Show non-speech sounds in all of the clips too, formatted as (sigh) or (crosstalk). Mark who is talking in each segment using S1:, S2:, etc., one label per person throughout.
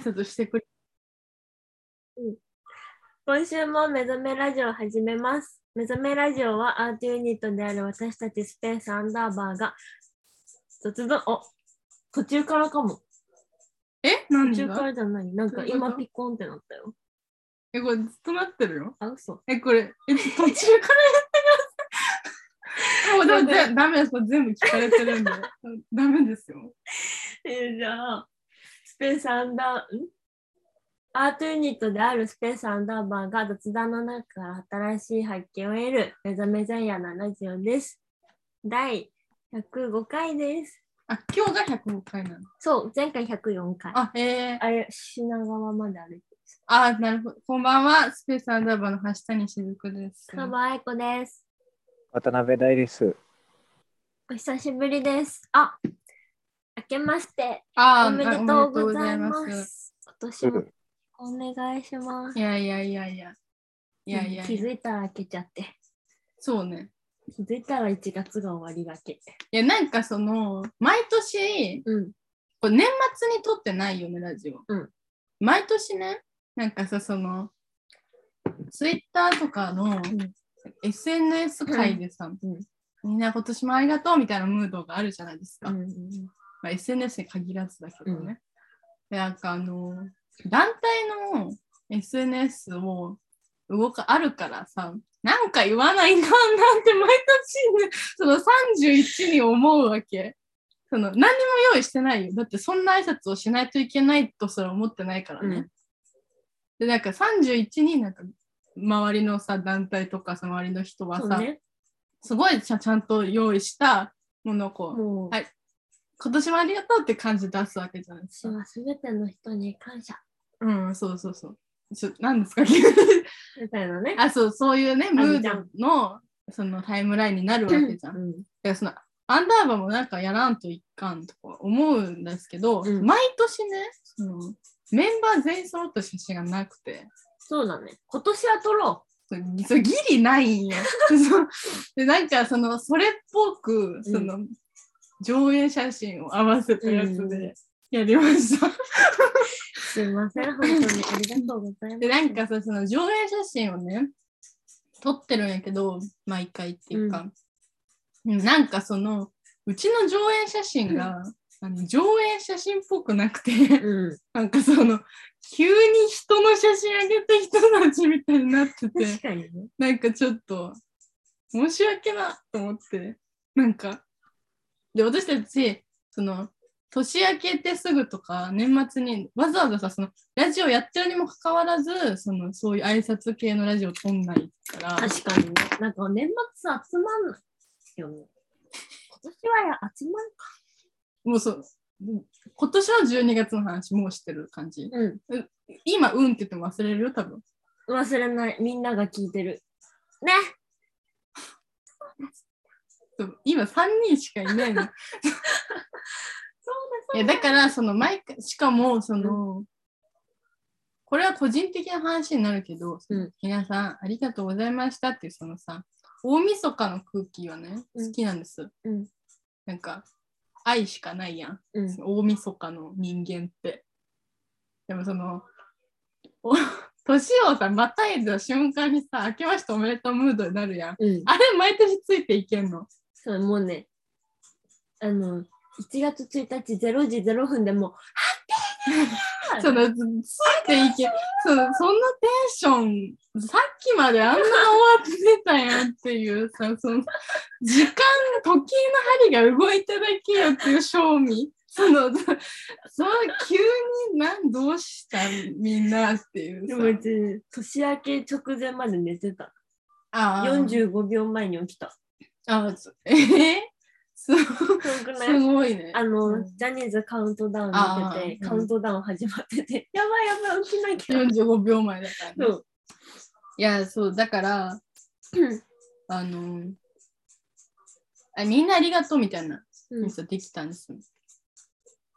S1: 拶してくれ。
S2: 今週も目覚めラジオを始めます。目覚めラジオはアートユニットである私たちスペースアンダーバーが突分、お途中からかも。
S1: え
S2: 途
S1: 何
S2: 中か
S1: が
S2: らじゃない。なんか
S1: どういうこと
S2: 今ピコンってなったよ。
S1: え、これずっとなってるよ。
S2: あ、嘘。
S1: え、こ
S2: (laughs)
S1: れ、え、途中からやってます。もうだだダメです。これ全部聞かれてるんで。 (laughs) ダメですよ。
S2: えじゃあ、スペースアンダー、んアートユニットであるスペースアンダーバーが雑談の中から新しい発見を得る目覚めざやなラジオです。第105回です。
S1: あ、今日が105回なの。
S2: そう、前回104回。
S1: あ、えー、
S2: あれ、品川まで歩いて。
S1: あ、なるほど。こんばんは。スペースアンダーバーの橋谷雫です。
S2: カバアイコです。
S3: 渡辺大です。
S2: お久しぶりです。あ、明けまして
S1: あー
S2: おめでとうございま
S1: おめでとうございます
S2: す。今年もお願いします
S1: い。やいやいやいや。いやいや
S2: 気
S1: い
S2: づ
S1: や。
S2: いたら明けちゃって。
S1: そうね。
S2: 気づいたら1月が終わりがけ。
S1: いや、なんかその、毎年、
S2: うん。
S1: こう年末に撮ってないよね、ラジオ。
S2: うん
S1: 毎年ね、なんかさ、その、ツイッターとかの
S2: ん
S1: SNS 界でさ、
S2: うん
S1: みんな今年もありがとうみたいなムードがあるじゃないですか。
S2: うん。
S1: まあ、SNS に限らずだけどね。でなんかあの、団体の SNS を動かあるからさ、なんか言わないななんて毎年、ね、その31に思うわけ。その何にも用意してないよ。だってそんな挨拶をしないといけないとすら思ってないからね。
S2: うん
S1: で、なんか31になんか周りのさ、団体とかさ、周りの人は
S2: そう
S1: さ、
S2: ね。
S1: すごいちゃちゃんと用意したものをこう、
S2: もう、
S1: はい今年もありがとうって感じ出すわけじゃないです
S2: 私
S1: か。
S2: はすべての人に感謝。
S1: うん、そうそうそう。ちょ何ですか (laughs)
S2: みたいなね。
S1: あ、そう、そういうね、ム
S2: ある
S1: ー
S2: じゃ
S1: ド
S2: ん
S1: のそのタイムラインになるわけじゃん。だ
S2: うん
S1: からそのアンダーバーもなんかやらんといかんとか思うんですけど、
S2: うん
S1: 毎年ねその、メンバー全員揃った写真がなくて、
S2: そうだね。今年は撮ろ
S1: そうぎそうギリないんよ。 (laughs) そうでなんかそのそれっぽくその、上映写真を合わせたやつでやりました。
S2: う。すいません。本当にありがとうございます。
S1: でなんかさその上映写真をね撮ってるんやけど毎回っていうか、うんなんかそのうちの上映写真が、あの上映写真っぽくなくて、 (laughs)
S2: うん。
S1: なんかその急に人の写真あげた人たちみたいになって
S2: 確
S1: て
S2: かにね。
S1: なんかちょっと申し訳なと思ってなんかで私たちその年明けてすぐとか年末にわざわざさそのラジオやってるにもかかわらずそのそういう挨拶系のラジオ撮んないから
S2: 確かにね。なんか年末集まんないよね。今年はや集まるか。
S1: もうそう今年の12月の話もうしてる感じ
S2: うん。
S1: 今うんって言っても忘れるよ多分
S2: 忘れない。みんなが聞いてる。ね。
S1: そう今3人しかいないの
S2: そう
S1: いやだからその毎回しかもその、これは個人的な話になるけど、その
S2: うん
S1: 皆さんありがとうございましたっていうそのさ大晦日の空気はね
S2: うん
S1: 好きなんです、
S2: うん
S1: なんか愛しかないやん、
S2: だ。う
S1: そ
S2: ん。
S1: の大晦日の人間ってでもそのお (laughs) 年をさまたいだ瞬間にさ明けましておめでとうムードになるやん
S2: うん。
S1: あれ毎年ついていけんの
S2: そう、もうね、あの、1月1日0時0分でもう、 (laughs)
S1: そのつついていけそのそんなテンションさっきまであんな終わってたやんっていうさその時間時計の針が動いただけよっていう賞味そのそその急になんどうしたみんなっていう
S2: で
S1: さ
S2: もうち、年明け直前まで寝てた。
S1: あー
S2: 45秒前に起きた。
S1: あーそうえー、す
S2: すごくな
S1: す
S2: い
S1: ごいね
S2: あ
S1: う
S2: の
S1: ん、
S2: ジャニーズカウントダウン見てて、
S1: あー
S2: カウントダウン始まってて、やばいやばい、起きなきゃ。
S1: 45秒前だからね、
S2: そう。
S1: いやそうだから (clears throat)
S2: うん
S1: あのあみんなありがとうみたいな
S2: うん
S1: 実はできたんですよ。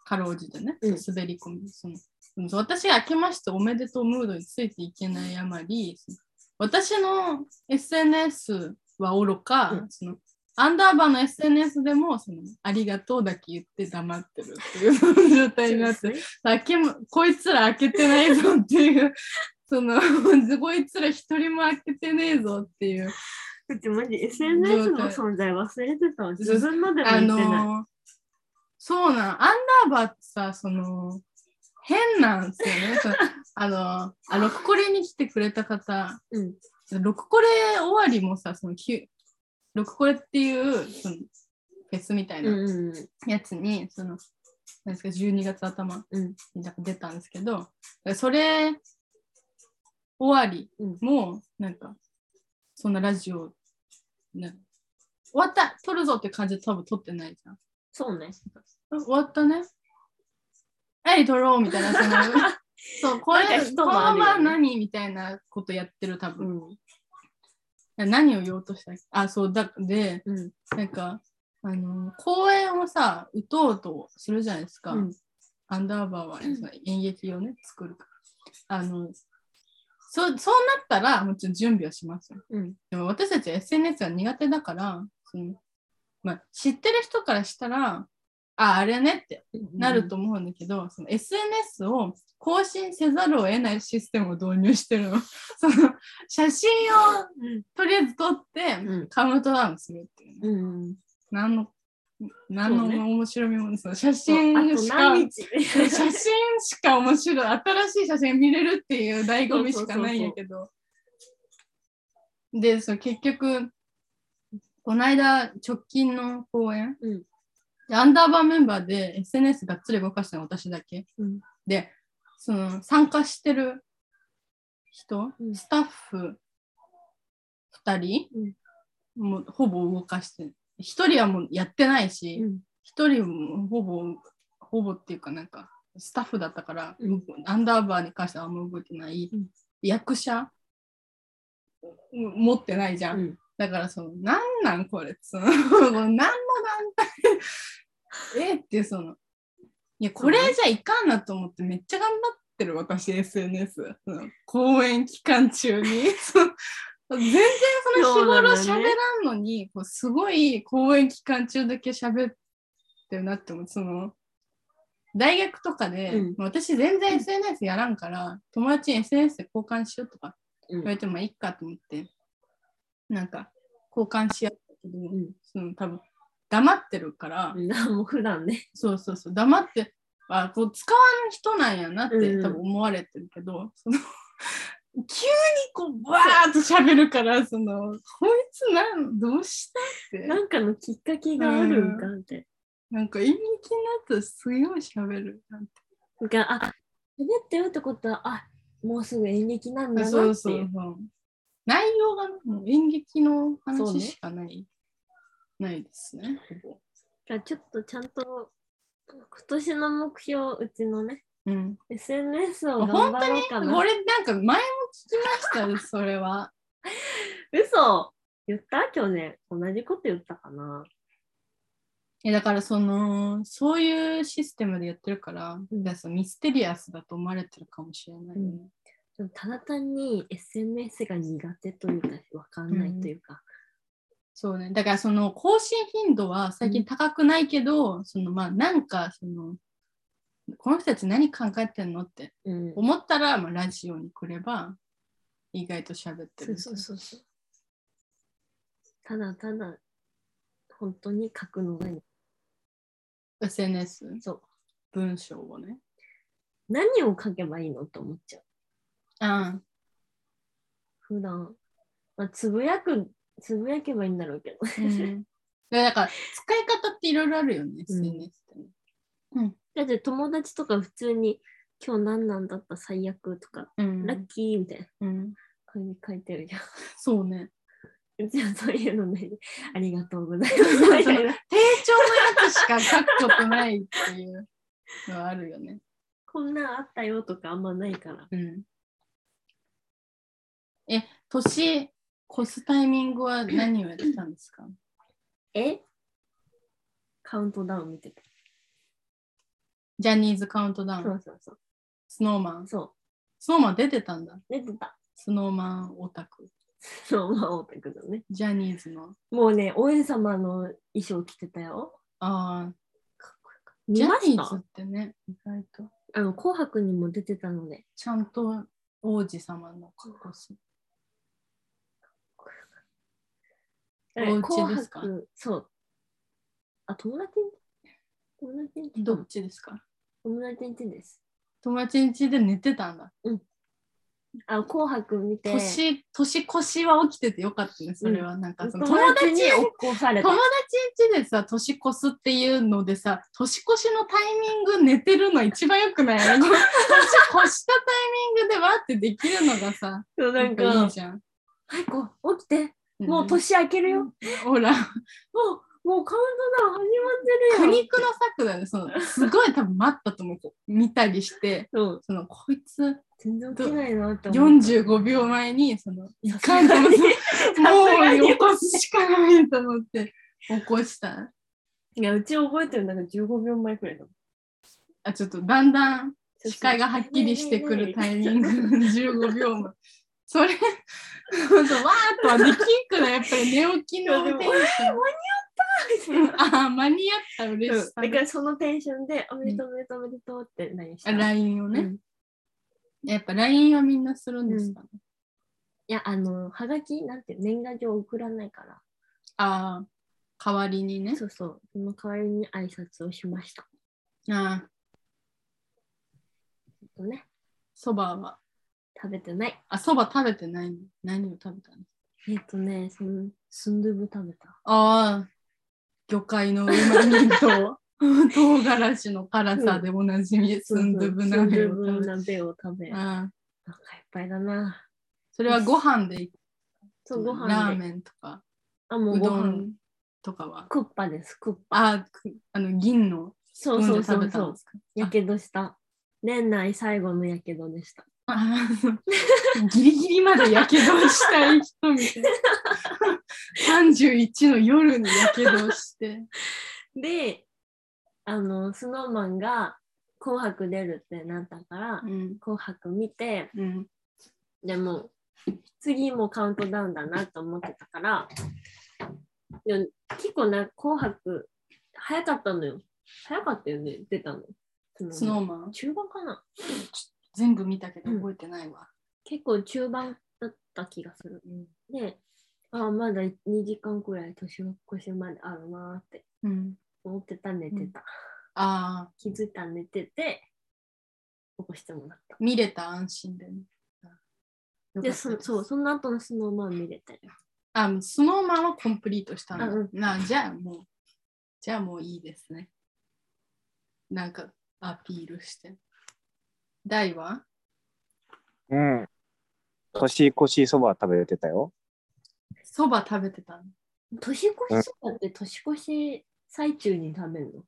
S1: かろうじてね、
S2: うん
S1: 滑り込み。そのでも私が明けましておめでとうムードについていけないあまり、その私の SNS はおろか、
S2: うん
S1: そのアンダーバーの SNS でも、その、ありがとうだけ言って黙ってるっていう状態になって、開けも、こいつら開けてないぞっていう、 (laughs) その、こいつら一人も開けてねえぞっていう、
S2: だってマジ SNS の存在忘れてたわ。自分までも
S1: あ
S2: 言って
S1: の
S2: ない。
S1: ーそうなん、アンダーバーってさ、その、変なんですよね。そ
S2: (laughs)
S1: のあのーあ、ロクコレに来てくれた方、
S2: うん
S1: ロクコレ終わりもさ、その、きゅロクコレっていう、その、フェスみたいな
S2: うんうんうん
S1: やつに、その、なんですか、12月頭
S2: うん
S1: になんか出たんですけど、それ終わりも、なんか、そんなラジオ、なんか終わった撮るぞって感じで多分撮ってないじゃん。
S2: そうね。
S1: あ終わったね。はい、撮ろうみたいな。その
S2: (laughs)
S1: そう、これ、
S2: なんか一
S1: この
S2: 間あ
S1: ま
S2: るよね
S1: ま何みたいなことやってる、多
S2: う
S1: 分。
S2: ん。
S1: 何を言おうとしたっけあ、そう、だ、で、
S2: うん。
S1: なんか、あの、公演をさ、打とうとするじゃないですか。
S2: うん
S1: アンダーバーは、その演劇をね、作るから。あの、そそうなったら、もちろん準備はしますよ。
S2: うん。
S1: でも私たち SNS が苦手だから、そのまあ、知ってる人からしたら、あ、あれねってなると思うんだけど、その SNS を更新せざるを得ないシステムを導入してるの。その写真を
S2: うん。
S1: とりあえず撮って、
S2: うん
S1: カウントダウンするっていうね。
S2: うん。
S1: 何の、何の
S2: そうね
S1: 面白みもない。その写
S2: あと
S1: 真しか、
S2: 何日
S1: 写真しか面白い、新しい写真見れるっていう醍醐味しかないんやけど。で、そう結局、この間、直近の公演、
S2: うん
S1: でアンダーバーメンバーで SNS がっつり動かしたの私だけ。
S2: うん
S1: で、その参加してる人、
S2: うん
S1: スタッフ2人、もうほぼ動かしてる。1人はもうやってないし、
S2: うん
S1: 一人もほぼほぼっていうかなんかスタッフだったから、
S2: うん
S1: アンダーバーに関してはあんま動いてない、
S2: うん
S1: 役者うん持ってないじゃん、
S2: うん
S1: だからそのなんなんこれその何の団体えってそのいやこれじゃいかんなと思ってめっちゃ頑張ってる私 SNS その公演期間中に (laughs) その全然その日
S2: そうなん
S1: 頃
S2: だね
S1: 喋らんのにこうすごい公演期間中だけ喋ってるなって思うその大学とかで、
S2: うん
S1: 私全然 SNS やらんから友達に SNS で交換しようとか
S2: うん
S1: 言われてもいいかと思って、なんか交換し合ったけど、
S2: ん
S1: その多分黙ってるから、
S2: もう普段ね。
S1: そうそうそう黙ってあこう使わん人なんやなって
S2: うん
S1: 多分思われてるけど、その (laughs) 急にこうバーッと喋るからそのこいつなんどうしたって
S2: なんかのきっかけがあるんかって。
S1: なんか演劇になったらすごい喋るなんて
S2: なんか、あ、喋ってよってことは、あ、もうすぐ演劇なんだなって
S1: そ
S2: いう
S1: そう
S2: う。
S1: そう内容がもう演劇の
S2: そうね
S1: 話しかない、ないですねほ
S2: だからちょっとちゃんと、今年の目標、うちのね、
S1: ぼ、うん、
S2: SNS を頑張ろうかな。
S1: 俺なんか前も聞きましたねそれは
S2: 嘘言った去年。同じこと言ったかな。
S1: えだからそのそういうシステムでやってるから,、
S2: うん
S1: そのミステリアスだと思われてるかもしれないよね、
S2: でもただ単に SNS が苦手というか分かんないというか、
S1: そうねだからその更新頻度は最近高くないけど、そのまあなんかそのこの人たち何考えてんのって
S2: うん
S1: 思ったら、まあ、ラジオに来れば意外と喋って
S2: そ
S1: る
S2: うそうそうそうただただ本当に書くのが
S1: SNS
S2: そう
S1: 文章をね
S2: 何を書けばいいのと思っちゃう
S1: あ
S2: 普段、まあ、つぶやくつぶやけばいいんだろうけど (laughs)
S1: あ、うん、 (laughs) だからだから使い方っていろいろあるよね SNS ってね、
S2: だって友達とか普通に「今日何なんだった最悪」とか、
S1: うん
S2: ラッキー」みたいな
S1: うん、
S2: 感じで書いてるじゃ
S1: そうね
S2: ん (laughs) うちはそういうのねありがとうござ
S1: (laughs)
S2: いますみたいな
S1: 丁重のやつしか書くことないっていうのはあるよね。
S2: こんなんあったよとかあんまないから
S1: うん、え、年越すタイミングは何をやってたんですか
S2: えカウントダウン見てた。
S1: ジャニーズカウントダウ
S2: そ
S1: ン、
S2: うそうそう。
S1: スノーマン。
S2: そ
S1: スノーマン出てたんだ。
S2: う。出てた。 (laughs)
S1: スノーマンオタク。
S2: そう、魔王ってことね。
S1: ジャニーズの。
S2: もうね、王子様の衣装着てたよ。
S1: ああ、
S2: かっこよかった
S1: ジ
S2: 見
S1: ャ
S2: まし
S1: ニーズ
S2: た
S1: ってね、意外と
S2: あの、紅白にも出てたので。
S1: ちゃんと王子様の格好する。お家ですか
S2: 紅白そう。あ、友達に友達に
S1: どっちですか
S2: 友達にです。
S1: 友達ん家で寝てたんだ。
S2: あ、紅白見て。
S1: 年、年越しは起きててよかったね、それは。なんかその友
S2: 友
S1: 達
S2: 達
S1: ん
S2: に起こされた
S1: 友。達ん家でさ、年越すっていうのでさ、年越しのタイミング寝てるの一番よくない (laughs) よね年越したタイミングでわーってできるのがさ、
S2: そうなん
S1: なんかい
S2: か
S1: い、じゃん。
S2: はい、こう、起きて。もう
S1: 年、
S2: 年明けるよ。も
S1: ほら、
S2: う、もうカウントダウン始まって
S1: 苦
S2: るよ。
S1: 肉の策だね。その、すごい多分待ったと思う。こう見たりして、
S2: そう。
S1: その、こいつ
S2: 全然起きないなって思って。
S1: 45秒前に、その、い
S2: (laughs) さ
S1: かん
S2: す
S1: と
S2: が
S1: も
S2: に
S1: もう起こすしかないと思って、起こした。
S2: いや、うち覚えてるのが15秒前くらいだもん。
S1: あ、ちょっとだんだん視界がはっきりしてくるタイミング、15秒
S2: (laughs)
S1: 前。それ、 (laughs) ほんとわーっとはできんくない、やっぱり寝起きのテンション。あー、間に合った、嬉し
S2: そ
S1: さ
S2: うだ。からそのテンションで、おめでとうおめでとうおめでとうって何した
S1: あ LINE を
S2: う
S1: ね。
S2: ん
S1: やっぱ LINE はみんなするんですかね。
S2: いや、あの、はがき、なんていう年賀状送らないから。
S1: ああ、代わりにね。
S2: そうそう。その代わりに挨拶をしました。
S1: ああ、
S2: ちょっとね、
S1: そばは。
S2: 食べてない。
S1: あ、そば食べてないの何を食べたの
S2: えっとね、その、スンドゥブ食べた。
S1: ああ、魚介のうまみと (laughs) 唐辛子の辛さでおなじみ、スンドゥブ鍋を
S2: スンド
S1: 食
S2: ゥブ
S1: べた。
S2: 鍋を食べ。お
S1: ああ
S2: 腹いっぱいだな。
S1: それはご飯で行く
S2: そう、ご飯で。
S1: ラーメンとか、
S2: あ、もう
S1: う
S2: ご
S1: ど
S2: 飯。
S1: んとかは。
S2: クッパです、クッパ。
S1: ああ、くあの、銀の
S2: そう
S1: 飲ん
S2: そ
S1: で
S2: うそ
S1: 食べ
S2: う
S1: た
S2: そ
S1: ん
S2: う
S1: で。すか
S2: やけどした。年内最後のやけどでした。
S1: あーそう
S2: (laughs)
S1: ギリギリまでやけどしたい人みたいな。31の夜にやけどして。
S2: で、あの、スノーマンが紅白出るってなったから、
S1: うん。
S2: 紅白見て、
S1: うん。
S2: でも、次もうカウントダウンだなと思ってたから、でも結構な、紅白、早かったのよ。早かったよね、出たの。
S1: スノーマン
S2: 中盤かな
S1: 全部見たけど覚えてないわ。
S2: 結構中盤だった気がする。
S1: うん。
S2: で、ああ、まだ2時間くらい年越しまであるなーって思ってた、寝てた。
S1: ああ、
S2: 気づいたら寝てて、起こしてもらった。
S1: 見れた安心でね。よかった
S2: で、
S1: で
S2: そそう、
S1: う。
S2: その後のスノーマン見れたよ。
S1: あ、スノーマンはコンプリートした
S2: あう
S1: の
S2: ん。
S1: なじゃあもう、じゃあもういいですね。なんかアピールして。大は
S3: うん。年越しそば食べてたよ。
S1: そば食べてたの
S2: 年越しとかって年越し最中に食べ (laughs) るの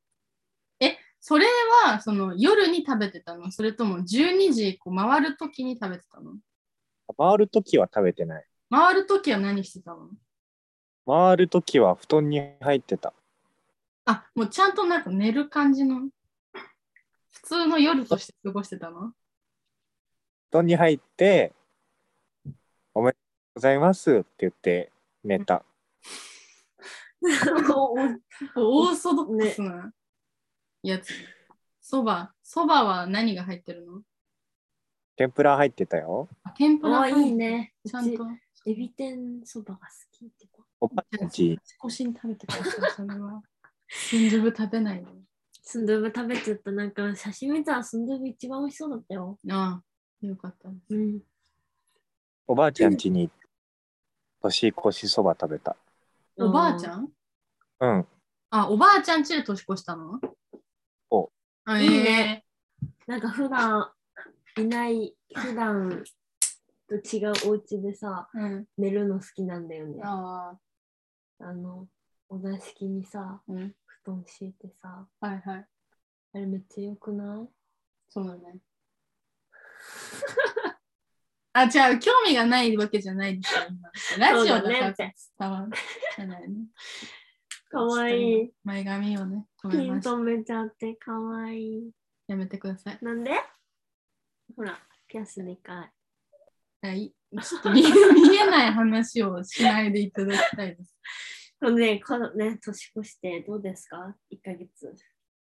S1: それはその夜に食べてたのそれとも12時こう回るときに食べてたの
S3: 回るときは食べてない。
S1: 回るときは何してたの
S3: 回るときは布団に入ってた。
S1: あもうちゃんとなんか寝る感じの普通の夜として過ごしてたの
S3: 布団に入って、おめでとうございますって言って寝た。
S1: オーソドックスなやつそばそばは何が入ってるの
S3: 天ぷら入ってたよ。
S1: あ天ぷ
S2: あ
S1: ら
S2: あ、
S1: 入
S2: い
S1: ってる
S2: いね。
S1: ちゃんと
S2: エビ天そばが好きってこ
S3: おばあち
S1: 少しに食べてくださいそれはスンドゥブ食べないの
S2: スンドゥブ食べちゃった。なんか写真見たらスンドゥブ一番美味しそうだったよ。
S1: ああよかったです
S2: うん。
S3: おばあちゃん家に年越しそば食べた。
S1: おばあちゃ
S2: ん
S1: ん
S3: うん。
S1: あ、おばあちゃんちで年越したの
S3: お
S1: あ
S2: いい
S1: え
S2: ねなんか普段いない、普段と違うお家でさ、
S1: ーうん。
S2: 寝るの好きなんだよね。
S1: ああ、
S2: あの、お座敷にさ、
S1: うん。
S2: 布団敷いてさ、
S1: はいはい。
S2: あれめっちゃ良くない
S1: そうだね。 (laughs) あ、違う、興味がないわけじゃないですよ。今ラジオだから伝わるじゃないね。
S2: かわいい。
S1: 前髪をね、止め
S2: ピン
S1: ました。
S2: 止めちゃってかわいい。
S1: やめてください。
S2: なんでほら、ピアスでかい。
S1: えはい、ちょっと見見えない話をしないでいただきたいです。
S2: このね、このね、年越してどうですか ?1 ヶ月。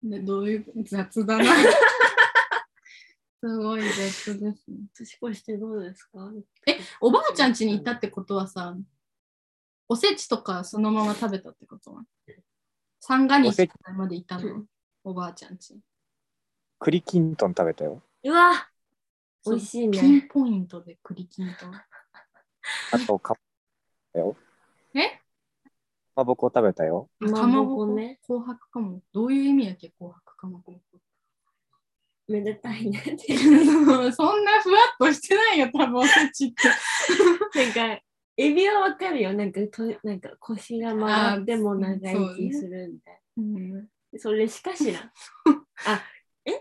S1: でどういう雑 (laughs) だな。すごい雑ですね。
S2: 年越してどうですか
S1: おばあちゃん家に行ったってことはさ、おせちとかそのまま食べたってことは三が日くらいまでいた
S2: う
S1: のおばあちゃん家。
S3: 栗きんとん食べたよ。
S2: うわ美味しいね
S1: ピンポイントで栗きんとん。
S3: あと、かまぼこ食べたよ。
S1: え
S3: か
S1: か
S2: か
S3: まぼこ食べたよ。
S1: ま
S2: ま
S1: ぼ
S2: ぼこ
S1: こ
S2: ね
S1: 紅白かも。どういう意味やっけ紅白かまぼこ。
S2: めでたい
S1: (laughs)
S2: ね。
S1: そんなふわっとしてないよ、多分おせちって。
S2: なんか、エビはわかるよ。なんか、となんか腰が回っても長生きするみたい
S1: うん
S2: な。それしかしらん。あ、え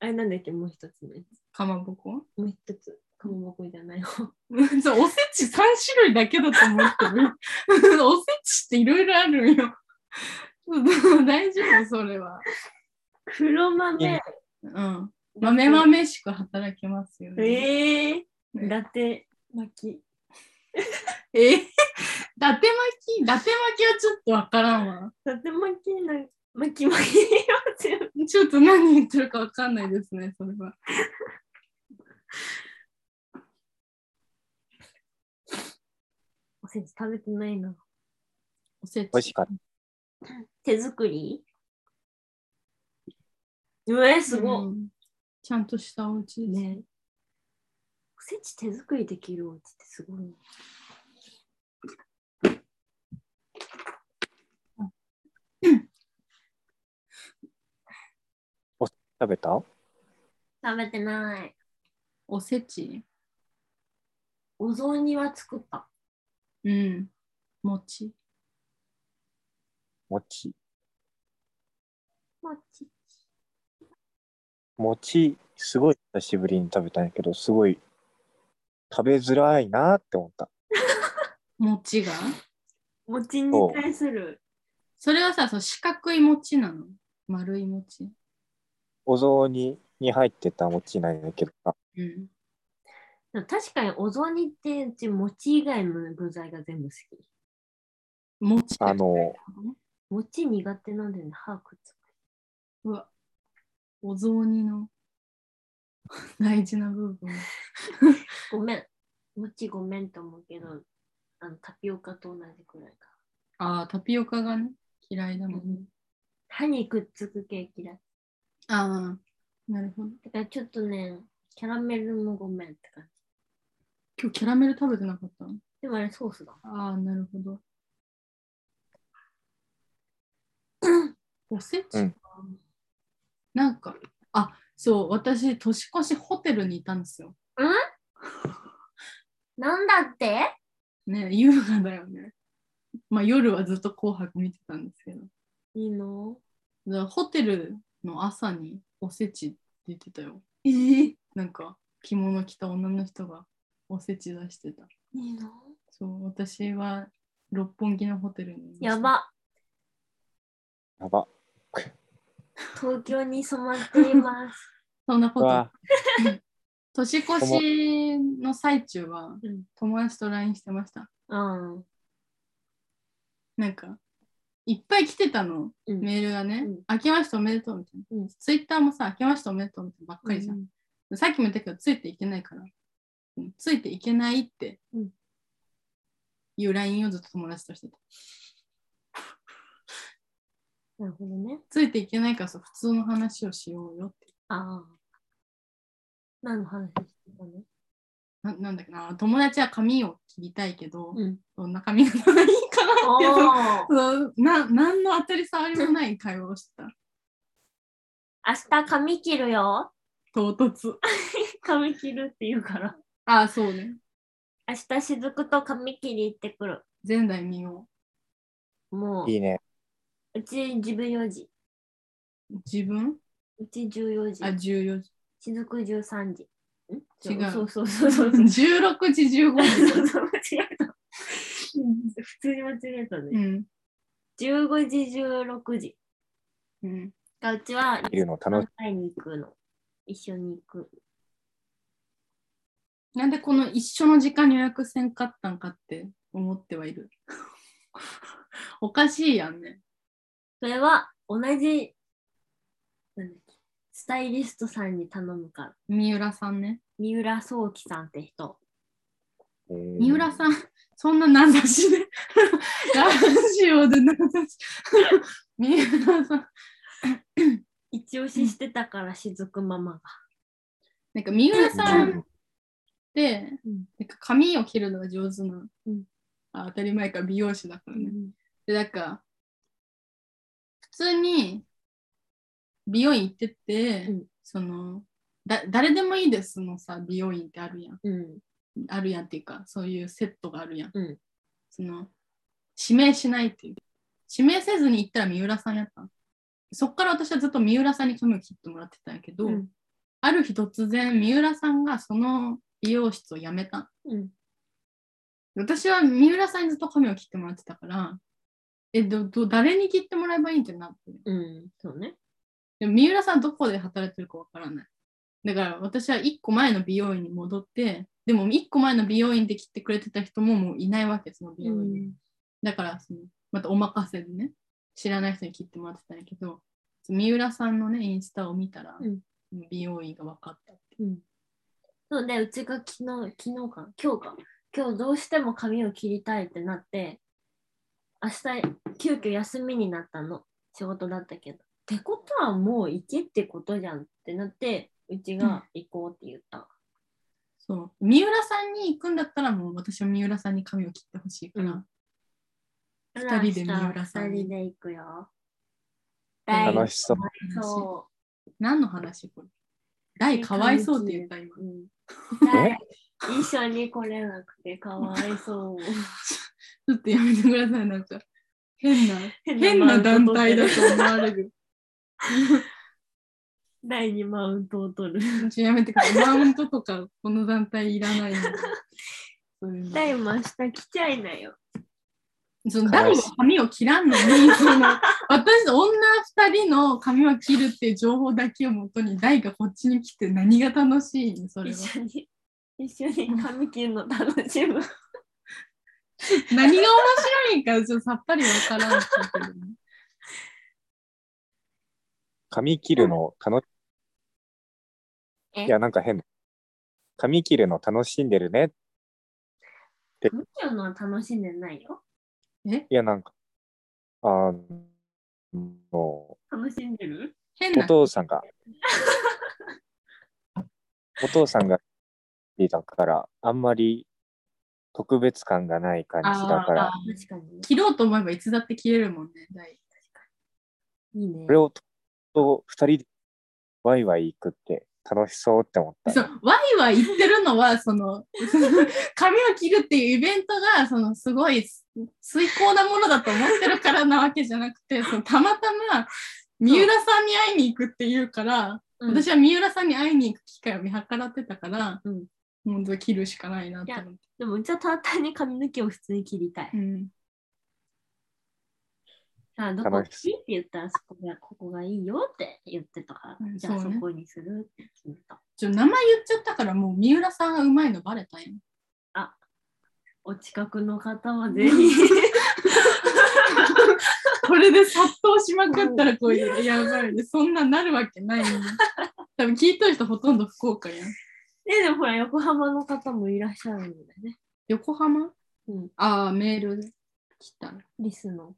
S2: あれなんだっけもう一つね。
S1: かまぼこ (laughs)
S2: もう一つ。かまぼこじゃない方。
S1: そうおせち3種類だけだと思ってる。 (laughs) おせちっていろいろあるよ。 (laughs) 大丈夫、それは。
S2: 黒豆。
S1: うん。豆豆しく働きますよね。
S2: ええー。
S1: ね
S2: だて巻き。
S1: えー、伊 (laughs) 達巻き伊達巻きはちょっとわからんわ。
S2: だて巻きなん巻き巻きは全部
S1: ちょっと何言ってるかわかんないですね、それは。
S2: おせち食べてないな。
S1: おせち。
S3: 美味しかっ
S2: 手作りうえ、すごい、
S1: うんちゃんとしたお家です。
S2: ね。おせち手作りできるお家ってすごいね。
S3: た。食べた
S2: 食べてない。
S1: おせち。
S2: お雑煮は作った。
S1: うん。餅。
S3: 餅。
S2: まあち
S3: 餅、すごい久しぶりに食べたんやけど、すごい食べづらいなって思った。
S1: 餅が
S2: 餅に対する。
S1: それはさ、そう四角い餅なの丸い餅。
S3: お雑煮に入ってた餅なんやけどさ、
S1: うん。
S2: でも確かにお雑煮ってうち餅以外の具材が全部好き。
S1: 餅。
S3: あの、
S2: 餅苦手なんだよね、歯くっつく。
S1: うわ。お雑煮の大事な部分。
S2: ごめん。餅ごめんと思うけど、あのタピオカと同じくらいか。
S1: ああ、タピオカがね、嫌いだもんね。
S2: 歯にくっつく系嫌い。
S1: ああ、なるほど。
S2: だからちょっとね、キャラメルもごめんって感じ。
S1: 今日キャラメル食べてなかったの
S2: でもあれソースだ。
S1: ああ、なるほど。おせちか、
S3: うん
S1: なんか、あそう、私、年越しホテルにいたんですよ。
S2: なんだって
S1: ね、優雅だよね。まあ、夜はずっと紅白見てたんですけど。
S2: いいの
S1: だからホテルの朝におせち出てたよ。
S2: えい
S1: なんか着物着た女の人がおせち出してた。
S2: いの
S1: そう私は六本木のホテルにいました
S2: や。ば。
S3: やば。
S2: 東京に染まっています。
S1: そんな
S3: う
S1: こと
S3: わ。
S1: 年越しの最中は
S2: うん
S1: 友達と LINE してました。
S2: うん。
S1: なんかいっぱい来てたの、
S2: うん
S1: メールがね、
S2: うん
S1: 明けましておめでとうみたいな。
S2: うん
S1: ツイッターもさ、明けましておめでとうみたいなばっかりじゃん。さっきも言ったけど、ついていけないから、うんついていけないって
S2: うん
S1: いう LINE をずっと友達としてた。
S2: なるほどね。
S1: ついていけないからさ、普通の話をしようよって。
S2: ああ。何の話してたの
S1: ななんだっけな、友達は髪を切りたいけど、
S2: うん。
S1: どんな髪型がいいかなっていうの
S2: お
S1: (laughs)
S2: ー
S1: そうな何の当たり障りもない会話をしてた。
S2: 明日髪切るよ。
S1: 唐
S2: (laughs)
S1: 突。
S2: 髪切るって言うから。
S1: ああ、そうね。
S2: 明日雫と髪切り行ってくる。
S1: 前代未聞。
S2: もう、
S3: いいね。
S2: うち14時。
S1: 自分
S2: うち14
S1: あ、
S2: 時。
S1: 14時。
S2: 雫13時。ん
S1: 違う (laughs)
S2: そうそうそうそう。
S1: 16時15
S2: そう (laughs)
S1: 分。
S2: そう、間違えた。普通に間違えた
S1: う
S2: ね。
S1: ん。
S2: 15時、16時。
S1: うん。
S2: うちは、
S3: いるの楽し
S2: 会いに行くの。一緒に行く。
S1: なんでこの一緒の時間に予約せんかったんかって思ってはいる。 (laughs) おかしいやんね。
S2: それは同じなんだっけスタイリストさんに頼むから
S1: 三浦さんね。
S2: 三浦聡輝さんって人
S3: 三
S1: 三浦さん、そんな名指しで、 (laughs) ラジオで名指し。 (laughs) 三浦さん。
S2: 一押ししてたから雫ママが、
S1: なんか三浦さんって、
S2: うん
S1: なんか髪を切るのが上手な、
S2: うん
S1: あ当たり前か美容師だからね。で、なんか、普通に美容院行ってて、
S2: うん
S1: そのだ、誰でもいいですのさ、美容院ってあるやん。
S2: うん
S1: あるやんっていうか、そういうセットがあるやん。
S2: うん
S1: その、指名しないっていう。指名せずに行ったら三浦さんやったのそっから私はずっと三浦さんに髪を切ってもらってたんやけど、
S2: うん
S1: ある日突然三浦さんがその美容室を辞めた。
S2: うん
S1: 私は三浦さんにずっと髪を切ってもらってたから、え、ど、ど、誰に切ってもらえばいいんってなって。
S2: うんそうね
S1: でも三浦さんどこで働いてるかわからない。だから私は1個前の美容院に戻って、でも1個前の美容院で切ってくれてた人ももういないわけ、その美容院に。だからその、またお任せでね、知らない人に切ってもらってたんやけど、三浦さんのね、インスタを見たら、
S2: うん
S1: 美容院が分かったって。
S2: うんそうでうちが昨日昨日か今日か今日どうしても髪を切りたいってなって明日急遽休みになったの仕事だったけどってことはもう行けってことじゃんってなってうちが行こうって言った、
S1: そう。三浦さんに行くんだったら、もう私は三浦さんに髪を切ってほしいから、
S2: うん
S1: 二人で三浦さん
S2: 二人で行くよ。
S1: 大
S3: 楽しそう。
S2: そ
S1: 何の話これ大かわいそうって言った今
S2: う。。うん、大一緒に来れなくてかわいそう。
S1: ちょっとやめてください、なんか。変な、 (laughs) 変
S2: マウ
S1: な
S2: ント
S1: 団体だ
S2: (laughs) 取ってる
S1: と思われる。
S2: 大にマウントを取る。
S1: ちょっとやめてください。マウントとか、この団体いらないのでそういうの
S2: 大も明日来ちゃいなよ。
S1: その誰も髪を切らんのに、その私、女二人の髪を切るっていう情報だけをもとに、大がこっちに来て何が楽しいのそ (laughs) れは。
S2: 一緒に。一緒に髪切るの楽し (laughs) む。
S1: 何が面白いんか、ちょっとさっぱりわからんけどね。
S3: 髪切るの楽し
S2: え
S3: いや、なんか変。髪切るの楽しんでるね。
S2: 髪切るのは楽しんでないよ。
S3: いや、なんか、あの、
S2: 楽しんでる
S1: 変
S3: お
S1: な、
S3: 父さん
S1: (laughs)
S3: が、お父さんがいたから、あんまり特別感がない感じだから、
S1: あ
S2: 確かに。
S1: 切ろうと思えばいつだって切れるもんね、大。
S2: いいね
S3: そ。れをとと二人でワイワイ行くって楽しそうって思った。
S1: (laughs) そうワイワイ言ってるのはその (laughs) 髪を切るっていうイベントがそのすごい遂行なものだと思ってるからなわけじゃなくてそのたまたま三浦さんに会いに行くっていうから、
S2: うん
S1: 私は三浦さんに会いに行く機会を見計らってたから、
S2: うん
S1: 本当切るしかないなって思って。
S2: でもうちはただ単に髪の毛を普通に切りたい。
S1: うん
S2: さあ、どこ
S3: 楽
S2: いいっ
S3: してい
S2: 言ったら、そこが、ここがいいよって言ってたか
S1: う
S2: ら、
S1: ん
S2: じゃあ
S1: そ
S2: そう
S1: ね
S2: こにするって決めた。
S1: ちょ名前言っちゃったからもう三浦さんがうまいのバレたよ。
S2: お近くの方は (laughs) ぜひ。
S1: (laughs) これで殺到しまくったらこういうのやばいね。そんななるわけないよね。 (laughs) 多分聞いとる人ほとんど福岡やん。
S2: ね、でもほら、横浜の方もいらっしゃるんだよね。
S1: 横浜
S2: うん。
S1: ああ、メール来た。
S2: リスの。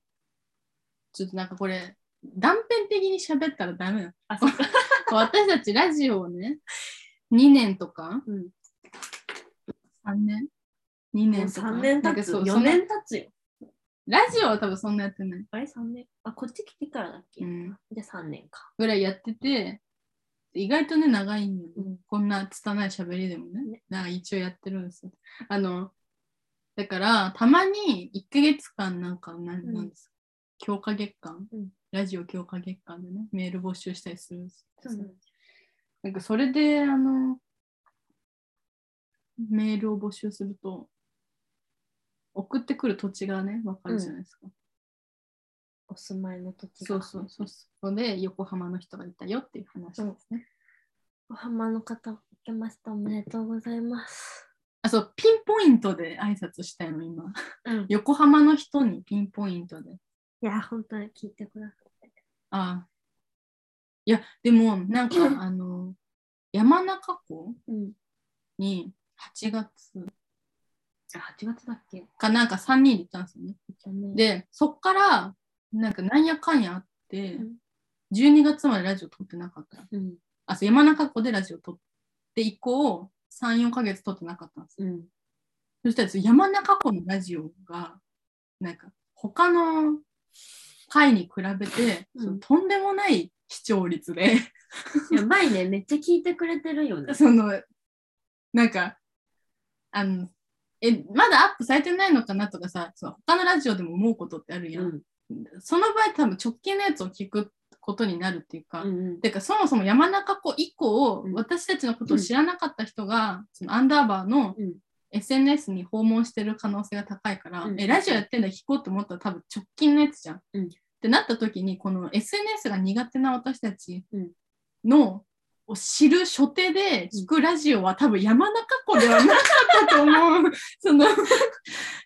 S1: ちょっとなんかこれ、断片的に喋ったらダメなの。
S2: あ、そっか。
S1: (laughs) 私たちラジオをね、2年とか
S2: うん。
S1: ?3 年 ?2
S2: もう
S1: 年とか。
S2: 3年
S1: なん
S2: 経
S1: か
S2: つ。
S1: そう
S2: 4
S1: そんな
S2: 年経つよ。
S1: ラジオは多分そんなやってない。
S2: あれ ?3 年あ、こっち来てからだっけ、
S1: うん。
S2: じゃあ3年か。
S1: ぐらいやってて、意外とね、長いんよね、
S2: うん
S1: こんな拙い喋りでもね
S2: ね。
S1: なんか一応やってるんですよ。あの、だから、たまに1ヶ月間なんか、なん
S2: うん
S1: なんですか、強化月間、
S2: うん
S1: ラジオ強化月間でね、メール募集したりするんですよ
S2: そうなんです。
S1: なんかそれで、あの、メールを募集すると、送ってくる土地がね、わかるじゃないですか。
S2: お住まいの土地
S1: そ
S2: が
S1: うそうそう。そこで、横浜の人がいたよっていう話ですね。
S2: 横浜の方、明けましておめでとうございます。
S1: あ、そう、ピンポイントで挨拶したいの、今。
S2: うん。い
S1: 横浜の人にピンポイントで。
S2: や、本当に聞いてください。
S1: あいや、でも、なんか、あの、山中湖
S2: うん。
S1: に8月
S2: あ、8月だっけ
S1: かなんか3人で行ったんですよね。
S2: で、
S1: で、そっから、なんかなんやかんやあって
S2: うん、
S1: 12月までラジオ撮ってなかった。
S2: うん。
S1: あ、そう、山中湖でラジオ撮って以降、3、4ヶ月撮ってなかったんですよ。
S2: うん。
S1: そしたらその山中湖のラジオが、なんか他の回に比べて、
S2: うん
S1: そのとんでもない視聴率で、 (laughs)
S2: やばいね。めっちゃ聞いてくれてるよね。
S1: その、なんか、あの、え、まだアップされてないのかなとかさ、その他のラジオでも思うことってあるやん。
S2: うん。
S1: その場合多分直近のやつを聞くことになるっていうか、
S2: うん。
S1: てかそもそも山中湖以降、
S2: うん
S1: 私たちのことを知らなかった人が、そのアンダーバーの
S2: うん
S1: SNS に訪問してる可能性が高いから、
S2: うん
S1: えラジオやってんだ聞こうと思ったら多分直近のやつじゃん。
S2: うん
S1: ってなった時にこの SNS が苦手な私たち
S2: うん
S1: の、を知る初手で聞くラジオは多分山中湖ではなかったと思う。 (laughs) その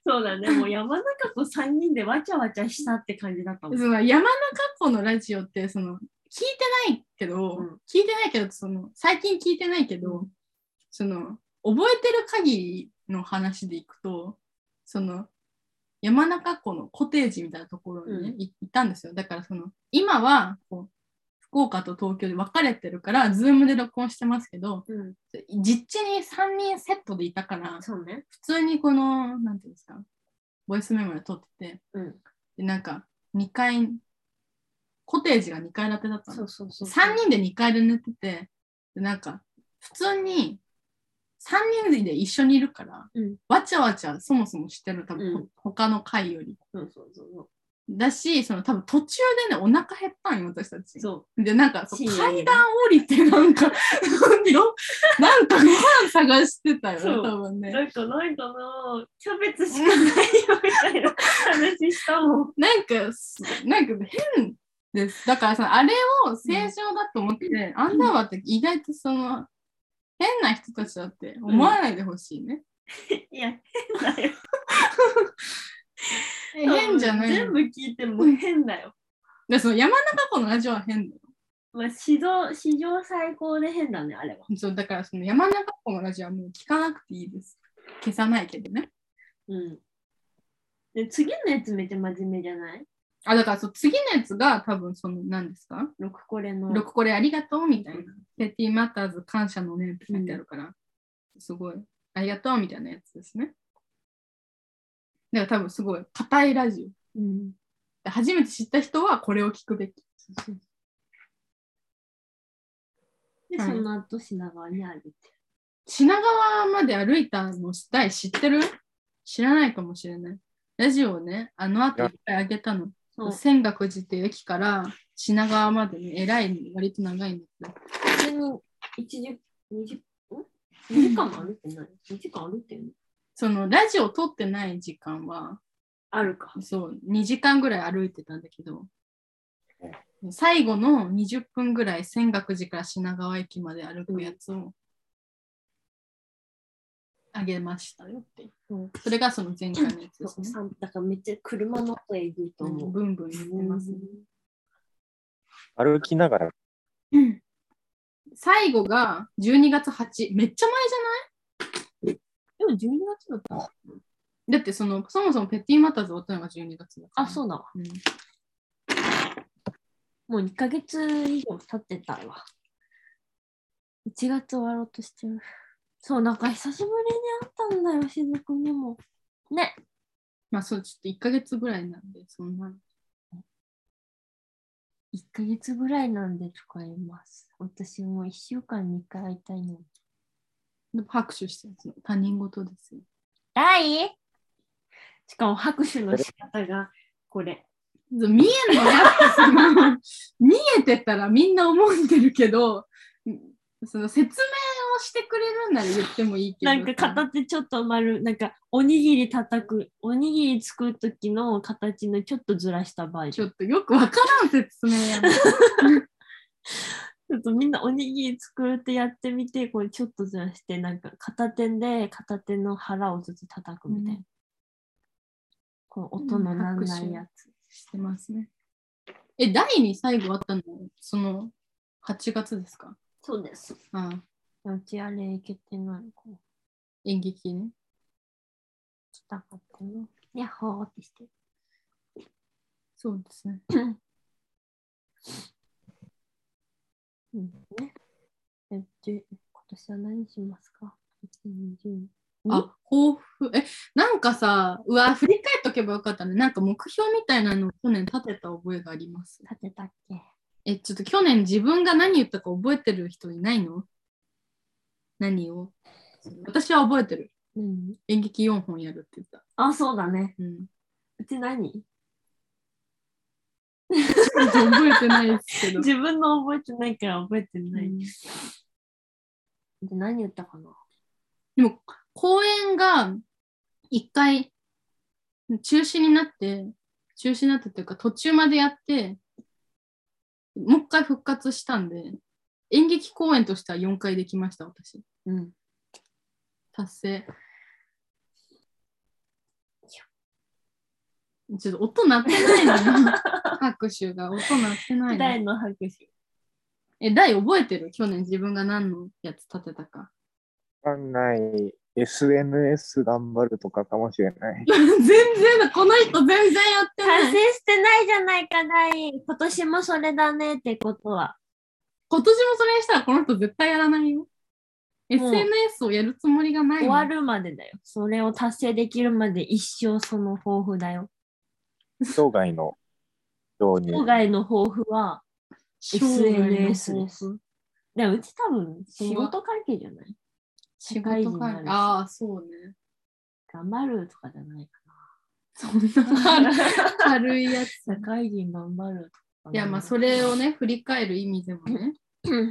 S2: そうだね。もう山中湖3人でわちゃわちゃしたって感じだったもん。
S1: その山中湖のラジオってその聞いてないけど、
S2: うん
S1: 聞いてないけどその最近聞いてないけど、その覚えてる限りの話でいくとその山中湖のコテージみたいなところに、ね
S2: うん
S1: い行ったんですよだからその今はこう福岡と東京で分かれてるからズームで録音してますけど
S2: うん。
S1: 実地に3人セットでいたから
S2: そうね。
S1: 普通にこのなんていうんですかボイスメモで撮ってて。
S2: うん。
S1: で、なんか、2階、コテージが2階建てだった
S2: そ
S1: の。
S2: うそうそう。
S1: 3人で2階で寝てて、で、なんか、普通に、3人で一緒にいるから、
S2: うん
S1: わちゃわちゃそもそもしてる、多分、
S2: う
S1: ほ
S2: ん
S1: 他の階より。
S2: そうそうそう
S1: だし、その多分途中でね、お腹減ったんよ、私たち。
S2: そう。
S1: で、なんか、そう
S2: 深夜に
S1: 階
S2: ね
S1: 段降りて、なんか、 (laughs) よなんかご飯探してたよね、
S2: そう
S1: 多分ね。
S2: なんかないかな。 (laughs) キャベツしかないよみたいな話したもん。
S1: なんかす、なんか変です。だからさ、あれを正常だと思って、アンダーバーって意外とその、変な人たちだって思わないでほしいね。
S2: いや、変だよ。
S1: え変じゃない
S2: 全
S1: の
S2: 部聞いても変だよ。
S1: でその山中湖のラジオは変だよ。
S2: まあ、史上、史上最高で変だね、あれは。
S1: そうだからその山中湖のラジオはもう聞かなくていいです。消さないけどね。
S2: うん。で、次のやつめっちゃ真面目じゃない
S1: あ、だからそう次のやつが多分その何ですか、
S2: ?6 これの。
S1: 六これありがとうみたいな。セティマターズ感謝のねって書いてあるから、すごい、ありがとうみたいなやつですね。だから多分すごい、硬いラジオ。
S2: うん。
S1: 初めて知った人はこれを聞くべき。
S2: で、
S1: はい
S2: その後品川に歩いて。
S1: 品川まで歩いたの代知ってる知らないかもしれない。ラジオをね、あの後いっぱいあげたの。
S2: そう。
S1: 泉岳寺っていう駅から品川までね、えらい、割と長いんだけど。
S2: 普通に一時、二時、ん二時間も歩いてない二時間歩いてるの
S1: そのラジオを撮ってない時間は、
S2: あるか。
S1: そう、2時間ぐらい歩いてたんだけど
S3: え、
S1: 最後の20分ぐらい泉岳寺から品川駅まで歩くやつをあげましたよっていう。
S2: うん
S1: それがその前回のやつで
S2: そう
S1: すね。
S2: さんだからめっちゃ車の音えぐいと
S1: うん
S2: 思う。
S1: ブンブン言ってますね。
S3: 歩きながら
S1: 最後が12月8、めっちゃ前じゃ
S2: でも12月だったの
S1: ないだってその、そもそもペティマターズ終わったのが12月だから。
S2: あ、そうだわ。
S1: うん。
S2: もう2ヶ月以上経ってたわ。1月終わろうとしてる。そう、なんか久しぶりに会ったんだよ、しずくにも。ね。
S1: まあそう、ちょっと1ヶ月ぐらいなんで、そんな。
S2: 1ヶ月ぐらいなんでとか言います。私もう1週間に1回会いたいの。
S1: 拍手してるその他人事ですよ。
S2: はいしかも拍手の仕方がこれ。
S1: そう見えんのやっぱその見えてたらみんな思ってるけどその説明をしてくれるんなら言ってもいいけど
S2: なんか片手ちょっと丸、なんかおにぎり叩く、おにぎり作る時の形のちょっとずらしたバージ
S1: ち
S2: ョン
S1: ょっとよくわからん説明やな
S2: ちょっとみんなおにぎり作ってやってみて、これちょっとずらして、なんか片手で片手の腹をずつ叩くみたいな。
S1: う
S2: こう音のなんないやつ。
S1: してますね。え、第に最後あったのその8月ですか
S2: そうです。
S1: ああ
S2: うちあれいけてないのかな。
S1: 演劇ね。
S2: ちょっとったの。やっほーってしてる。
S1: そうですね。
S2: うんね。え、じ今年は何しますか ?2020。
S1: あ、抱負。え、なんかさ、うわ、振り返っとけばよかったね。なんか目標みたいなのを去年立てた覚えがあります。
S2: 立てたっけ
S1: え、ちょっと去年自分が何言ったか覚えてる人いないの何を私は覚えてる。
S2: 何
S1: 演劇4本やるって言った。
S2: あ、そうだね。
S1: うん。
S2: うち何
S1: ちょっと覚えてないですけ
S2: (laughs)
S1: ど。
S2: 自分の覚えてないから覚えてない。
S1: うん
S2: で何言ったかな
S1: でも公演が一回中止になって中止になってというか途中までやってもう一回復活したんで演劇公演としては4回できました私
S2: うん。
S1: 達成ちょっと音鳴ってないのよ拍手が音鳴ってない
S2: (laughs)
S1: の
S2: 誰の拍手
S1: え大覚えてる去年自分が何のやつ立てたか (laughs)
S3: わかんない。SNS 頑張るとかかもしれ
S1: (laughs)
S3: ない。
S1: 全然だこの人全然やってない
S2: 達成してないじゃないか、大。今年もそれだねってことは。
S1: 今年もそれにしたらこの人絶対やらないよ。
S2: もう
S1: SNS をやるつもりがない
S2: 終
S1: の
S2: わるまでだよ。それを達成できるまで一生その抱負だよ。
S3: 生涯のように。
S2: 生涯の抱負は、SNS です。でもうち多分仕事関係じゃない
S1: 仕
S2: 社会
S1: 事
S2: 人にな
S1: 関
S2: る
S1: 係。ああ、そうね。
S2: 頑張るとかじゃないか
S1: そん
S2: (laughs)
S1: な (laughs) 軽いやつ。
S2: な。社会人頑張るとか。
S1: いや、まあ、それをね、振り返る意味でもね、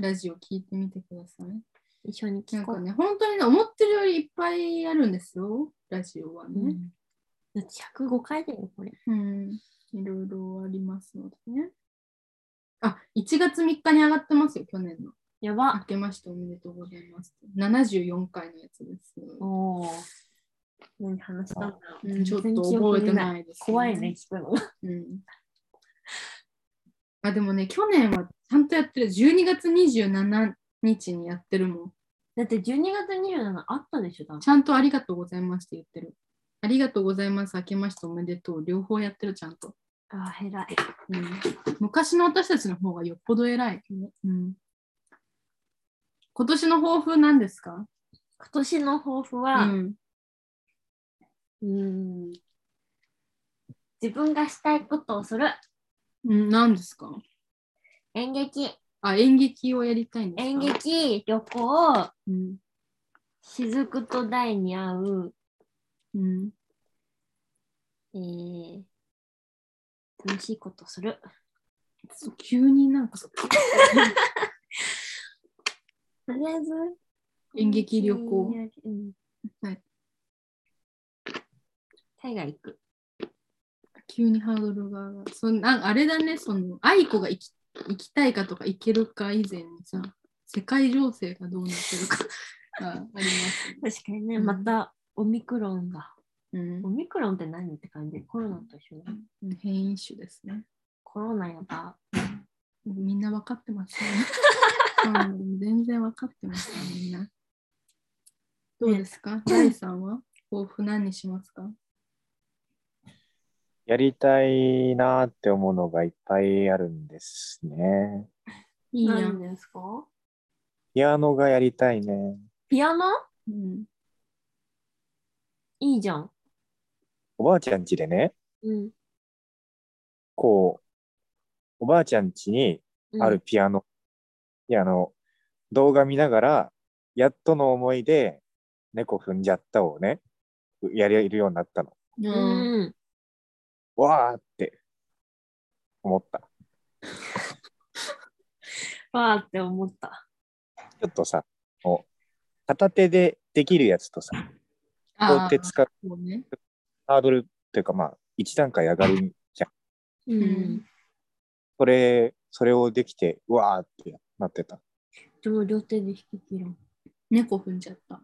S1: ラジオ聞いてみてください。
S2: 一緒に
S1: な
S2: 聞
S1: ん
S2: こ
S1: か
S2: う。
S1: ね、本当にね、思ってるよりいっぱいあるんですよ、ラジオは
S2: う
S1: ね。
S2: んだって105回だよ、これ。
S1: うん、いろいろありますのでね。あ、1月3日に上がってますよ、去年の。
S2: や
S1: 明
S2: ば。
S1: けましておめでとうございます。74回のやつです。
S2: おお。何話したんだろう
S1: うんちょっと覚えてないです、
S2: 怖いね、。聞くの。
S1: うん。あ、でもね、去年はちゃんとやってる。12月27日にやってるもん。
S2: だって12月27あったでしょ、多分
S1: ちゃんとありがとうございますって言ってる。ありがとうございます。明けましておめでとう。両方やってる、ちゃんと。
S2: ああ、偉い。
S1: うん、昔の私たちの方がよっぽど偉い。うん、今年の抱負なんですか、
S2: 今年の抱負
S1: う
S2: は、
S1: ん、
S2: うーん自分がしたいことをする
S1: うん。何ですか
S2: 演劇
S1: あ、演劇をやりたいんですか
S2: 演劇旅行
S1: うん
S2: 雫と大に会う、
S1: うん、
S2: えー、楽しいことする
S1: 急になんか (laughs)
S2: とりあえず
S1: 演劇旅行、
S2: うん
S1: はい
S2: 海外行く
S1: 急にハードルが上がるそんなあれだねその愛子が行き行きたいかとか行けるか以前にさ世界情勢がどうなってるかがあります、
S2: 確かにね、
S1: うん
S2: またオミクロンが
S1: うん
S2: オミクロンって何って感じコロナと一緒だ
S1: 変異種ですね
S2: コロナやば
S1: みんな分かってますね (laughs) うん全然分かってますねみんなどうですか第さんは抱負何にしますか
S3: やりたいなーって思うのがいっぱいあるんですね。
S1: いいや
S2: 何
S1: ん、
S2: ですか
S3: ピアノがやりたいね。
S2: ピアノ
S1: うん、
S2: いいじゃん、
S3: おばあちゃん家でね、
S2: うん
S3: こう、おばあちゃん家に
S2: うん、
S3: あるピアノ、いやあの、動画見ながら、やっとの思いで、猫踏んじゃったをね、やれるようになったの。
S1: うん、
S2: うん
S3: わーって思った。
S2: わーって思った。
S3: ちょっとさ、こう片手でできるやつとさ、こうや
S1: あ
S3: っ
S1: あ
S3: て使う
S1: そうね
S3: ハードルというか、まあ、一段階上がるじゃん。
S2: う
S1: うん。
S3: それ、それをできて、うわーってやっなってた。
S2: でも両手で引き切ろう。
S1: 猫踏んじゃった。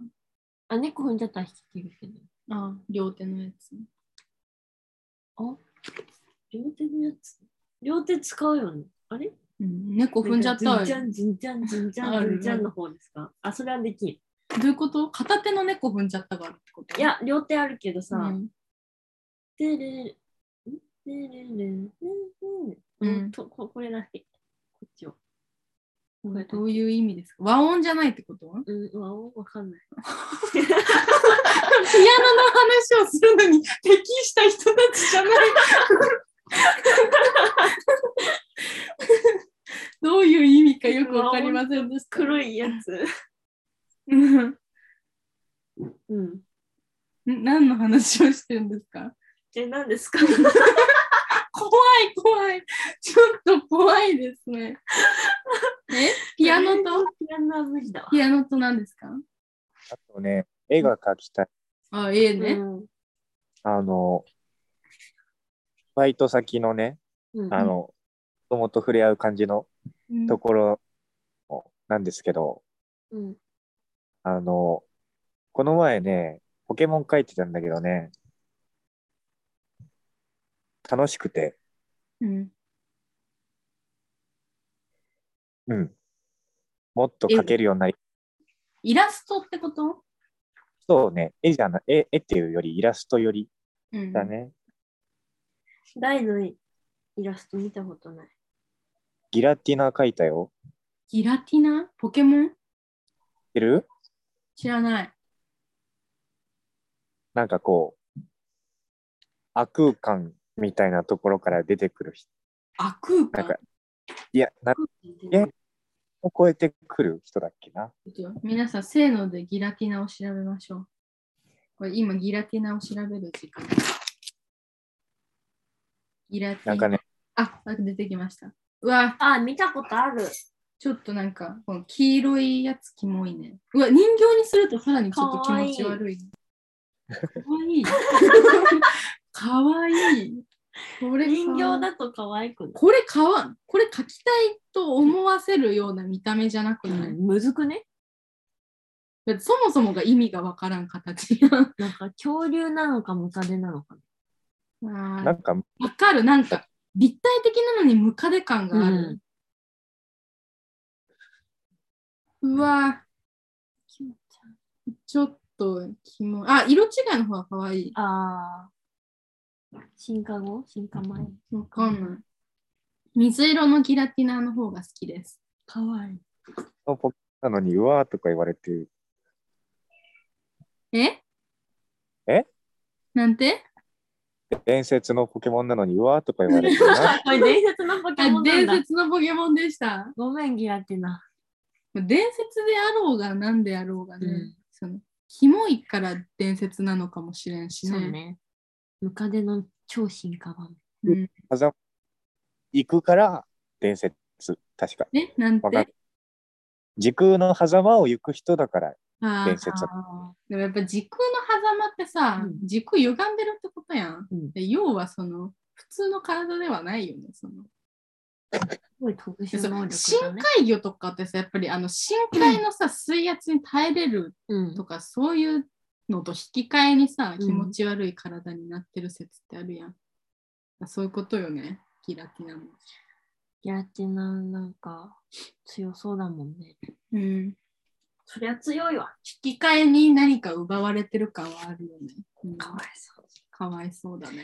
S2: あ、猫踏んじゃったら引き切るけど。
S1: あ両手のやつ。
S2: 両手のやつ。両手使うよね。あれ
S1: うん、猫踏んじゃったわ
S2: じ
S1: よ
S2: ゃ。んじんじゃんじんじゃんじんじゃんの方ですかあ、それはできん。い
S1: どういうこと片手の猫踏んじゃったからってことい、
S2: や、両手あるけどさ。
S1: うん、
S2: てれれ、んてれれ、んん
S1: う
S2: うんん。とここれだけ。こっちを。これ
S1: どういう意味ですか和音じゃないってことピアノの
S2: うん、うわ、わかん (laughs) ない。
S1: 話をするのに適した人たちじゃない。どういう意味かよくわかりませんでした。
S2: (laughs) 黒いやつ。
S1: うん
S2: うん。
S1: 何の話をしてるんですか
S2: え、何です (laughs) か
S1: 怖い怖い。ちょっと怖いですね。えピアノと
S2: ピアノは無理だわ。
S1: ピアノと何ですか
S3: あとね、絵が描きたい。
S1: あ、ええね。
S2: うん
S3: あの、バイト先のね、
S2: うん
S3: あの、子供と触れ合う感じの
S1: うん
S3: ところなんですけど、
S2: うん
S3: あの、この前ね、ポケモン描いてたんだけどね、楽しくて、
S1: うん
S3: うん。もっと描けるようになり、
S1: イラストってこと
S3: そうね、絵じゃな、絵、絵っていうよりイラストより
S1: うん
S3: だね。
S2: 大のイラスト見たことない。
S3: ギラティナ描いたよ。
S1: ギラティナポケモン
S3: 知ってる
S1: 知らない。
S3: なんかこう、悪空間みたいなところから出てくる人。
S1: あ、空
S3: なん
S1: 間
S3: か。、いや、なえを超えてくる人だっけな。
S1: 皆さん、せーのでギラティナを調べましょう。これ今、ギラティナを調べる時間。ギラティナ。
S3: なんかね、
S1: あ、なんか出てきました。うわ、
S2: あ、見たことある。
S1: ちょっとなんか、この黄色いやつ、キモいね。うわ、人形にするとさらにちょっと気持ち悪い、ね。かわいい。かわいい。これ
S2: 人
S1: かわい
S2: 形
S1: い
S2: だと可愛く
S1: これ買わん。これ書きたいと思わせるような見た目じゃなく
S2: な。
S1: ないい、
S2: むずくね
S1: だってそもそもが意味がわからん形やん。
S2: なんか恐竜なのかムカデなのか
S1: わ
S3: なんか、
S1: かる。なんか立体的なのにムカデ感がある。うわキモちゃんちょっとキモい。あ、色違いの方がかわいい。
S2: な。ああ。進化後進化前。
S1: わかんない。水色のギラティナの方が好きです。
S2: かわいい。
S3: のポケなのに、うわーとか言われてる。
S1: え
S3: え
S1: なんて
S3: 伝説のポケモンなのに、うわーとか言われてる (laughs) な。
S2: (laughs) これ伝説のポケモ
S1: あ
S2: ンなん
S1: 伝
S2: だ。
S1: 説のポケモンでした。
S2: ごめん、ギラティナ。
S1: 伝説であろうが何であろうがね、
S2: うん
S1: そのキモいから伝説なのかもしれんしね。
S2: そうね。ムカデの超進化版。
S1: うん
S3: 風間行くから、伝説。確か。
S1: ねなん
S3: わか
S1: て
S3: る時空の狭間を行く人だから、
S1: あ
S3: 伝
S1: ー
S3: 説だ。
S2: あ
S1: でもやっぱ時空の狭間ってさ、
S2: うん
S1: 時空歪んでるってことやん。
S2: ー。うん。す
S1: で要はその普通の体ではないよね。その
S2: ごい特
S1: でそ
S2: 殊能
S1: う
S2: 力
S1: 深
S2: だね。
S1: 海魚とかってさやっぱりあの深海のさ水圧に耐えれる
S2: うん
S1: と。かそういうのと引き換えにさ
S2: うん
S1: 気持ち悪い体になってる説ってあるやん。そういうことよね。キラキラの。
S2: ギラティナなんか強そうだもんね。
S1: うん
S2: そりゃ強いわ。
S1: 引き換えに何か奪われてる感はあるよね。うん
S2: かわいそう。
S1: かわいそうだね。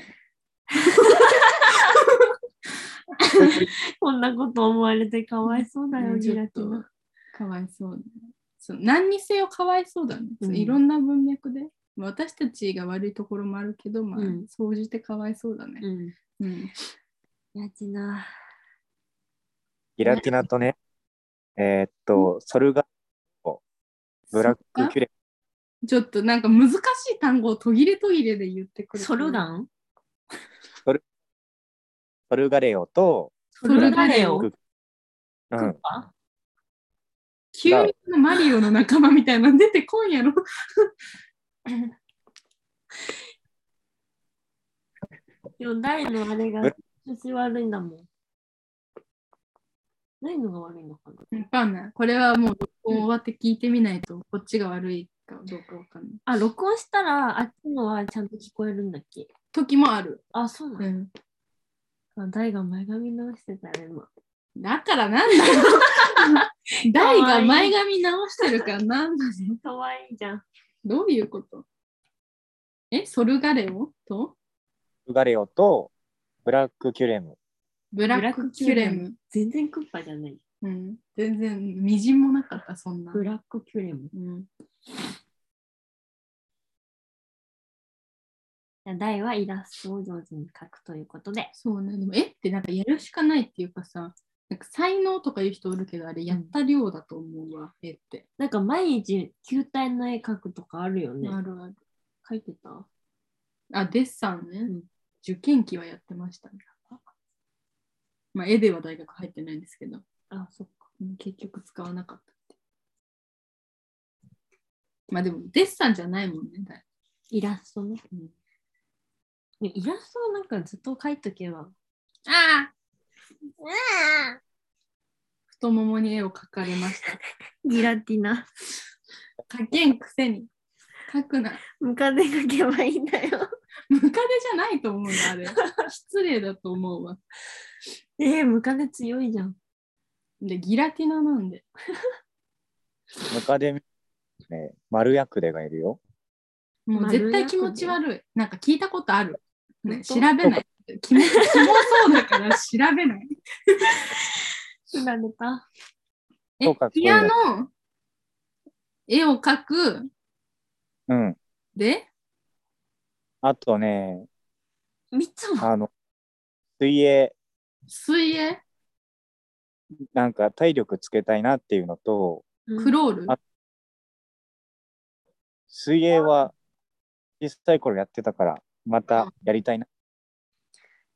S2: こんなこと思われてかわいそうだよ、
S1: うん
S2: ギラティナ。
S1: かわいそうだね。そう何にせよかわいそうだね。そう
S2: うん
S1: いろんな文脈で。まあ私たちが悪いところもあるけど、まあ
S2: うん、
S1: 総じてかわいそうだね。
S2: うん。
S1: うん。
S2: ギラティナ。
S3: ギラティナとね、 (laughs) えーっと、ソルガ、ブ
S1: そ
S3: ラッ
S1: っ
S3: ク
S1: か
S3: キュレ、
S1: ちょっとなんか難しい単語を途切れ途切れで言ってくる。
S2: ソルガ
S1: ン。
S2: ン
S3: ソルガレオと、
S1: ソ
S2: ソ
S1: ル
S2: ル
S1: ガ
S2: ガ
S1: レ
S2: レ
S1: オ。
S2: オ
S3: クッう
S2: クッ
S3: ん、
S2: パ
S1: 急にそのマリオの仲間みたいなの出てこんやろ。
S2: でも大のあれが
S3: え
S2: 調子悪いんだもん。ないのが悪いのかな
S1: わかんない。これはもう、終わって聞いてみないと、こっちが悪いかどうかわかんない。
S2: あ、録音したら、あっちのはちゃんと聞こえるんだっけ
S1: 時もある。
S2: あ、そうなん
S1: う
S2: だ。
S1: ん。
S2: あ大が前髪直してたら今。
S1: だからなん
S2: (laughs)
S1: だよ。大が前髪直してるからなんだよ。
S2: かわいいじゃん。
S1: どういうことえ、ソルガレオと
S3: ウガレオとブラックキュレム。
S1: ブラックキュレム。
S2: 全然クッパじゃない。
S1: うん。全然、みじんもなかった、そんな。
S2: ブラックキュレム。
S1: うん。
S2: じゃあ大はイラストを上手に描くということで。
S1: そうね。でも、えってなんかやるしかないっていうかさ、なんか才能とか言う人おるけど、あれやった量だと思うわ、絵って。
S2: なんか毎日球体の絵描くとかあるよね。
S1: あるある。
S2: 描いてた
S1: あ、デッサンね。
S2: うん
S1: 受験期はやってましたね。まあ、絵では大学入ってないんですけど、
S2: あ、そっか。
S1: うん結局使わなかったって。まあでも、デッサンじゃないもんね、大
S2: イラストね。でもイラストをなんかずっと描いとけば。
S1: ああ太ももに絵を描かれました。
S2: ギラティナ。
S1: 描けんくせに。描くな。
S2: ムカデ描けばいいんだよ。
S1: ムカデじゃないと思うよ、 (laughs) あれ。失礼だと思うわ。
S2: えー、ムカデ強いじゃん。
S1: で、ギラティナなんで。
S3: ムカデ、ね、丸ヤクデがいるよ。
S1: もう絶対気持ち悪い。なんか聞いたことある。ね、調
S2: 本
S1: べない。気持ち (laughs) キモそうだから調べない。
S2: 振られた。
S3: そ
S1: え
S3: うか、
S1: ピアノ、絵を描く、
S3: うん。
S1: で、
S3: あとね、
S2: 三つも。
S3: あの、水泳、
S1: 水泳、
S3: なんか体力つけたいなっていうのと、
S1: クロール。
S3: あ水泳は小さい頃やってたから、またやりたいな。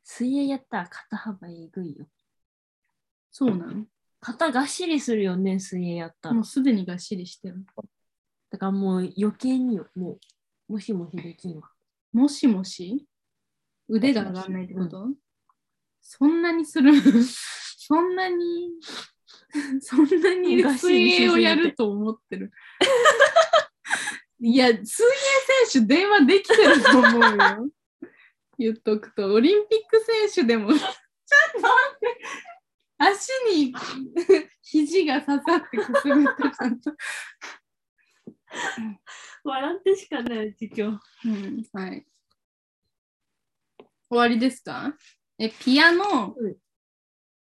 S2: 水泳やったら肩幅えぐいよ。
S1: そうなの
S2: 肩がっしりするよね、水泳やったら。
S1: もうすでにがっしりしてる。
S2: だからもう余計によ、もう、もしもしできんわ。
S1: もしもし腕が上がらないってこと、そんなにするそんなに (laughs) そんなに
S2: がっしり
S1: 水
S2: しすぎて
S1: 泳をやると思ってる。いや、水泳選手電話できてると思うよ。言っとくと、オリンピック選手でも、 (laughs) ちょっと待って、足に (laughs) 肘が刺さってくすぐった感じ。
S2: 笑ってしかない、授業。
S1: うん、はい。終わりですかえ、ピアノ、
S2: うん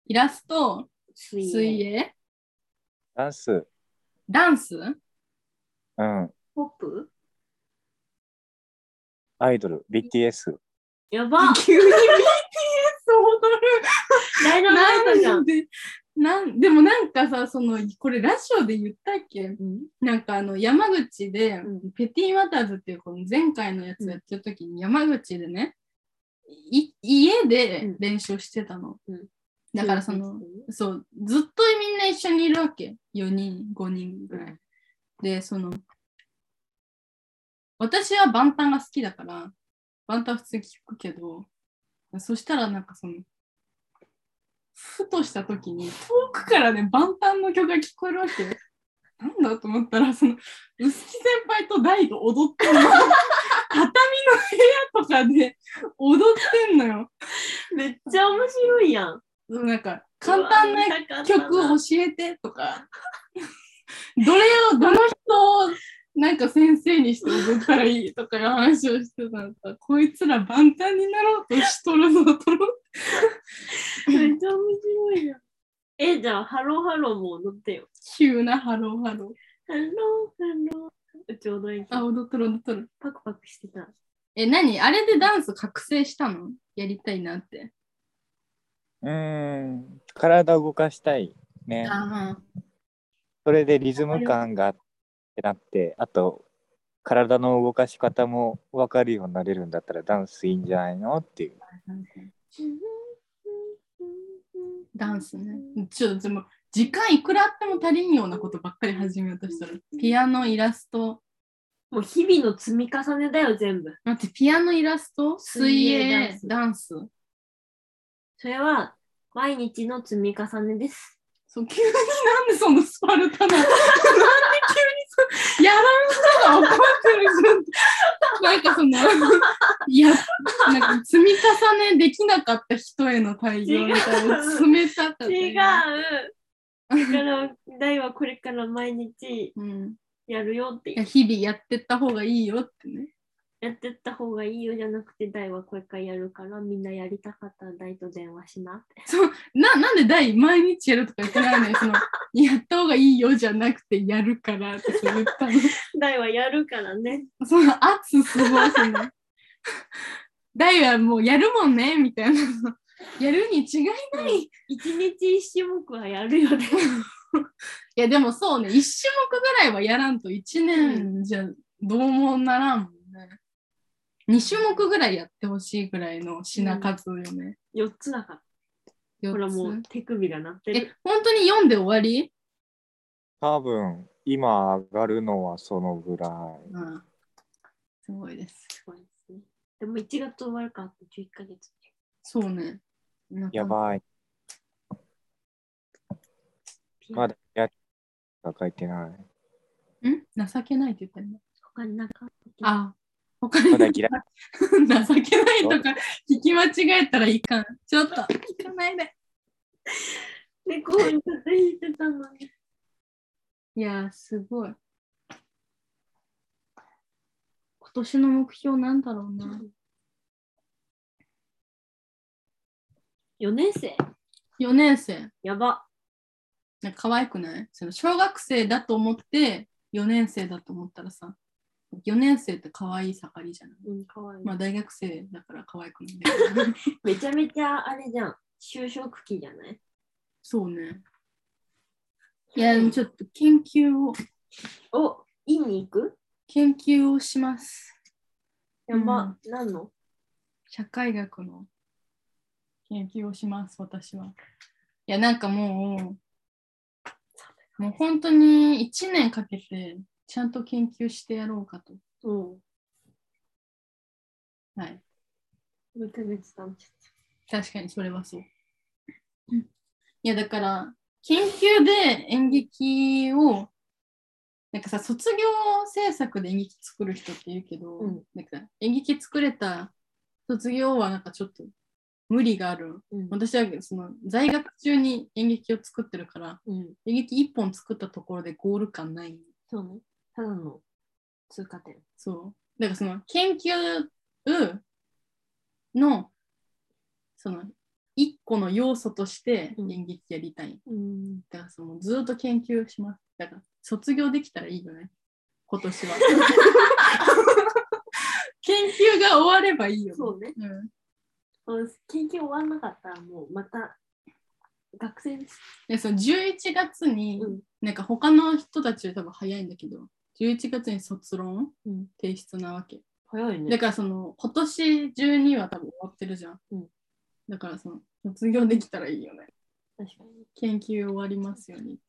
S1: イラスト、
S2: 水
S1: 水
S2: 泳。
S1: 泳、
S3: ダンス、
S1: ダンス
S3: うん、
S2: ポップ
S3: アイドル、BTS。
S2: や (laughs) ば
S1: (laughs) 急に BTS
S2: ダイナマイトじゃ
S1: なん
S2: ん。
S1: でなんでもなんかさそのこれラジオで言ったっけなんかあの山口で、
S2: う
S1: ペティ・ワターズっていうこの前回のやつやってる時に山口でねい家
S2: う
S1: で
S2: ん
S1: 練習してたの、
S2: うん
S1: だからその、そう、ずっとみんな一緒にいるわけ。4人、5人ぐらい。
S2: うん
S1: で、その、私はバンタンが好きだから、バンタン普通に聞くけど、そしたらなんかその、ふとした時に、遠くからね、バンタンの曲が聞こえるわけ。なんだと思ったら、その、臼木先輩と大が踊って
S2: (laughs)
S1: るの。畳の部屋とかで踊ってんのよ。
S2: めっちゃ面白いやん。
S1: なんか、簡単な
S2: な
S1: 曲教えてとか、どれを、どの人をなんか先生にして踊ったらいいとかいう話をしてたのか、こいつら万端になろうとしとるぞと思って。
S2: めっちゃ面白いやん。え、じゃあ、ハローハローも踊ってよ。
S1: 急なハローハロー。
S2: ハローハロー。うち踊り
S1: あ、
S2: た。
S1: 踊っとる踊っとる。
S2: パクパクしてた。
S1: え、何あれでダンス覚醒したのやりたいなって。
S3: うーん、体動かしたい。ね。
S1: ああ。
S3: それでリズム感がってなって、あと、体の動かし方も分かるようになれるんだったらダンスいいんじゃないのっていう。
S1: ダンスね。ちょっとでも、時間いくらあっても足りんようなことばっかり始めようとしたら、ピアノ、イラスト、
S2: もう日々の積み重ねだよ、全部。
S1: 待って、ピアノ、イラスト、水
S2: 水泳
S1: 泳、
S2: ダンス
S1: ダンス。
S2: それは毎日の積み重ねです。
S1: そう急になんでそのスパルタななんで急にそやらん人が怒ってるじゃんなんかそのいやなんか積み重ねできなかった人への対応みたいな
S2: 違
S1: 冷たかった
S2: 違う。
S1: 今
S2: だから、大はこれから毎日
S1: うん、
S2: やるよって
S1: いや日々やってった方がいいよってね
S2: やってった方がいいよじゃなくて、大はこれからやるから、みんなやりたかったら大と電話しなって。
S1: ななんで第毎日やるとか言ってないのにそのやった方がいいよじゃなくてやるからって言ったの
S2: 大はやるからね。
S1: その圧すごいその大はもうやるもんねみたいなやるに違いないい
S2: 一日一種目はやるよ (laughs) ね。
S1: やでもそうね一種目ぐらいはやらんと一年じゃどうもならんもんね二種目ぐらいやってほしいぐらいの品数よね、
S2: 4つだから。
S1: 四
S2: ほ
S1: つ
S2: らもう手首が鳴って
S1: え
S2: る。
S1: 本当に読んで終わり、
S3: 多分今上がるのはそのぐらい。
S1: うん、すごいです
S2: すごいですね。でも1月終わるからあと11ヶ月。
S1: そうねなんか
S3: やばい。まだやが書いてない。
S1: ん情けないって言ったよね。
S2: 他になんかあ
S1: あ、他
S3: ま
S1: に
S3: だ嫌い。
S1: 情けないとか聞き間違えたらいかん。ちょっと聞かないで。
S2: 猫をちょっと引いてたのに。
S1: いやー、すごい。今年の目標なんだろうな。
S2: 4年生
S1: 4年生。
S2: やば。
S1: なんか可愛くないその小学生だと思って4年生だと思ったらさ、4年生って可愛い盛りじゃない
S2: うん、かわいい。
S1: まあ大学生だから可愛くないんだけ
S3: (laughs)
S1: ど。
S2: めちゃめちゃあれじゃん。就職期じゃない
S1: そうね。いや、でもちょっと研究を、
S2: お院に行く
S1: 研究をします。
S2: やば。何の
S1: 社会学の研究をします私は。いやなんかもうもう本当に1年かけてちゃんと研究してやろうかと。
S2: うん。
S1: はい
S2: 2ヶ月経っちゃっ
S1: 確かにそれはそう。いやだから研究で演劇をなんかさ卒業制作で演劇作る人って言うけど、
S2: うん
S1: なんか演劇作れた卒業はなんかちょっと無理がある
S2: た。うん
S1: 私はその在学中に演劇を作ってるから
S2: うん。
S1: 演劇一本作ったところでゴール感ない
S2: そうね。ただの通過点。
S1: そうだからその研究のその一個の要素として
S2: うん
S1: 演劇やりたい、
S2: うん。
S1: だからそのずっと研究しますだから卒業できたらいいよね今年
S2: (laughs)
S1: は研究が終わればいいよね
S2: そうね。
S1: うん
S2: うん研究終わんなかったらもうまた学生です。
S1: でその11月に、
S2: うん。
S1: なんか他の人たちより多分早いんだけど、11月に卒論
S2: うん
S1: 提出なわけ。
S2: 早いね。
S1: だからその、今年中には多分終わってるじゃん。
S2: うん
S1: だからその、卒業できたらいいよね。
S2: 確かに。
S1: 研究終わりますようにって。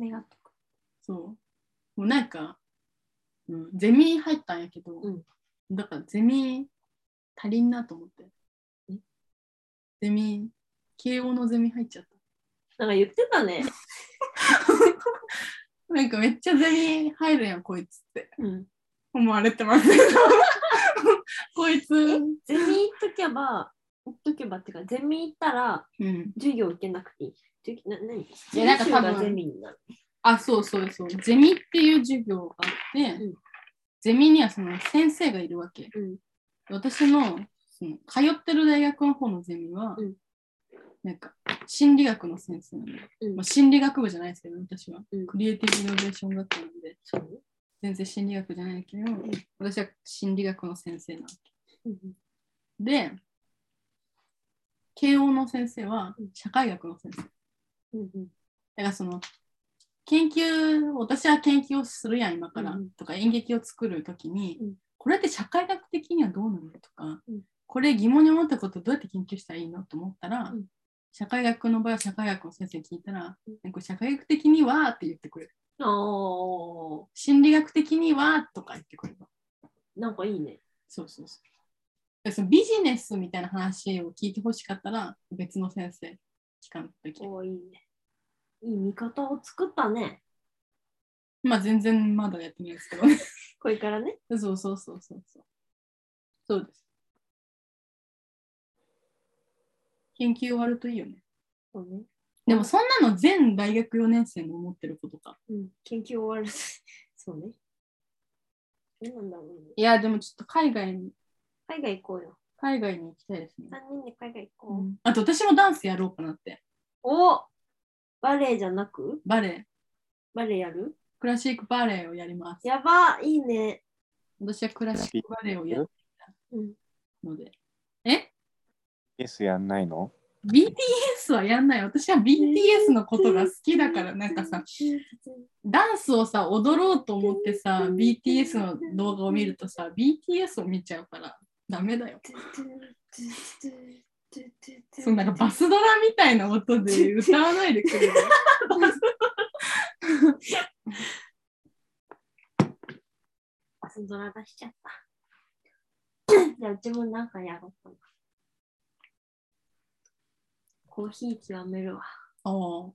S2: 願っとく。
S1: そう。もうなんか、うん、ゼミ入ったんやけど、
S2: うん
S1: だからゼミ足りんなと思って
S2: え。
S1: ゼミ、慶応のゼミ入っちゃった。
S2: なんか言ってたね。
S1: なんかめっちゃゼミ入るやん、こいつって。
S2: うん。
S1: 思われてますけど (laughs) こいつ、
S2: ゼミ行っとけば、行っとけばっていうか、ゼミ行ったら
S1: うん、
S2: 授業受けなくていい。授業な何
S1: いやなんか多分
S2: 授業がゼミになる。
S1: あそうそうそうゼミっていう授業があって、
S2: うん
S1: ゼミにはその先生がいるわけ
S2: うん。
S1: 私のその通ってる大学の方のゼミは、
S2: うん
S1: なんか心理学の先生なの、
S2: うん
S1: まあ、心理学部じゃないですけど私は、
S2: うん
S1: クリエイティブイノベーション学科なんで
S2: そうね
S1: 全然心理学じゃないけど、
S2: ん
S1: 私は心理学の先生なの
S2: うん
S1: で慶応の先生は
S2: うん
S1: 社会学の先生
S2: うんうん
S1: だからその研究私は研究をするやん今から、
S2: うんうん
S1: とか演劇を作る時に、
S2: うん
S1: これって社会学的にはどうなのとか、
S2: うん
S1: これ疑問に思ったことどうやって研究したらいいのと思ったら、
S2: うん
S1: 社会学の場合は社会学の先生に聞いたら、
S2: うん
S1: なんか社会学的にはって言ってくれる
S2: あー
S1: 心理学的にはとか言ってくれる
S2: なんかいいね。
S1: そうそうそうでそのビジネスみたいな話を聞いてほしかったら別の先生聞かんといけない
S2: おーいいね。いい味方を作ったね。
S1: まあ全然まだやってないですけどね。
S2: これからね。
S1: そうそうそうそうそう。そうです。研究終わるといいよね。
S2: そうね
S1: でもそんなの全大学4年生の思ってることか。
S2: うん、研究終わる。 (laughs) そうね。どうなんだろうね。
S1: いや、でもちょっと海外に、
S2: 海外行こうよ。
S1: 海外に行きたいですね。
S2: 3人で海外行こう。
S1: うんあと私もダンスやろうかなって。
S2: おバレエじゃなく
S1: バレエ、
S2: バレエやる
S1: クラシックバレエをやります。
S2: やばいいね。
S1: 私はクラシックバレエをやる
S2: うん。
S1: ので。
S3: S やんないの
S1: BTS はやんない。私は BTS のことが好きだから、なんかさ、ダンスをさ、踊ろうと思ってさ、BTS の動画を見るとさ、BTS を見ちゃうから、ダメだよ。 (laughs) そのなんかバスドラみたいな音で歌わないでく (laughs) れる。
S2: バスドラ出しちゃった。じゃあうちもなんかやろうかな。コーヒー極めるわ。
S1: ああ、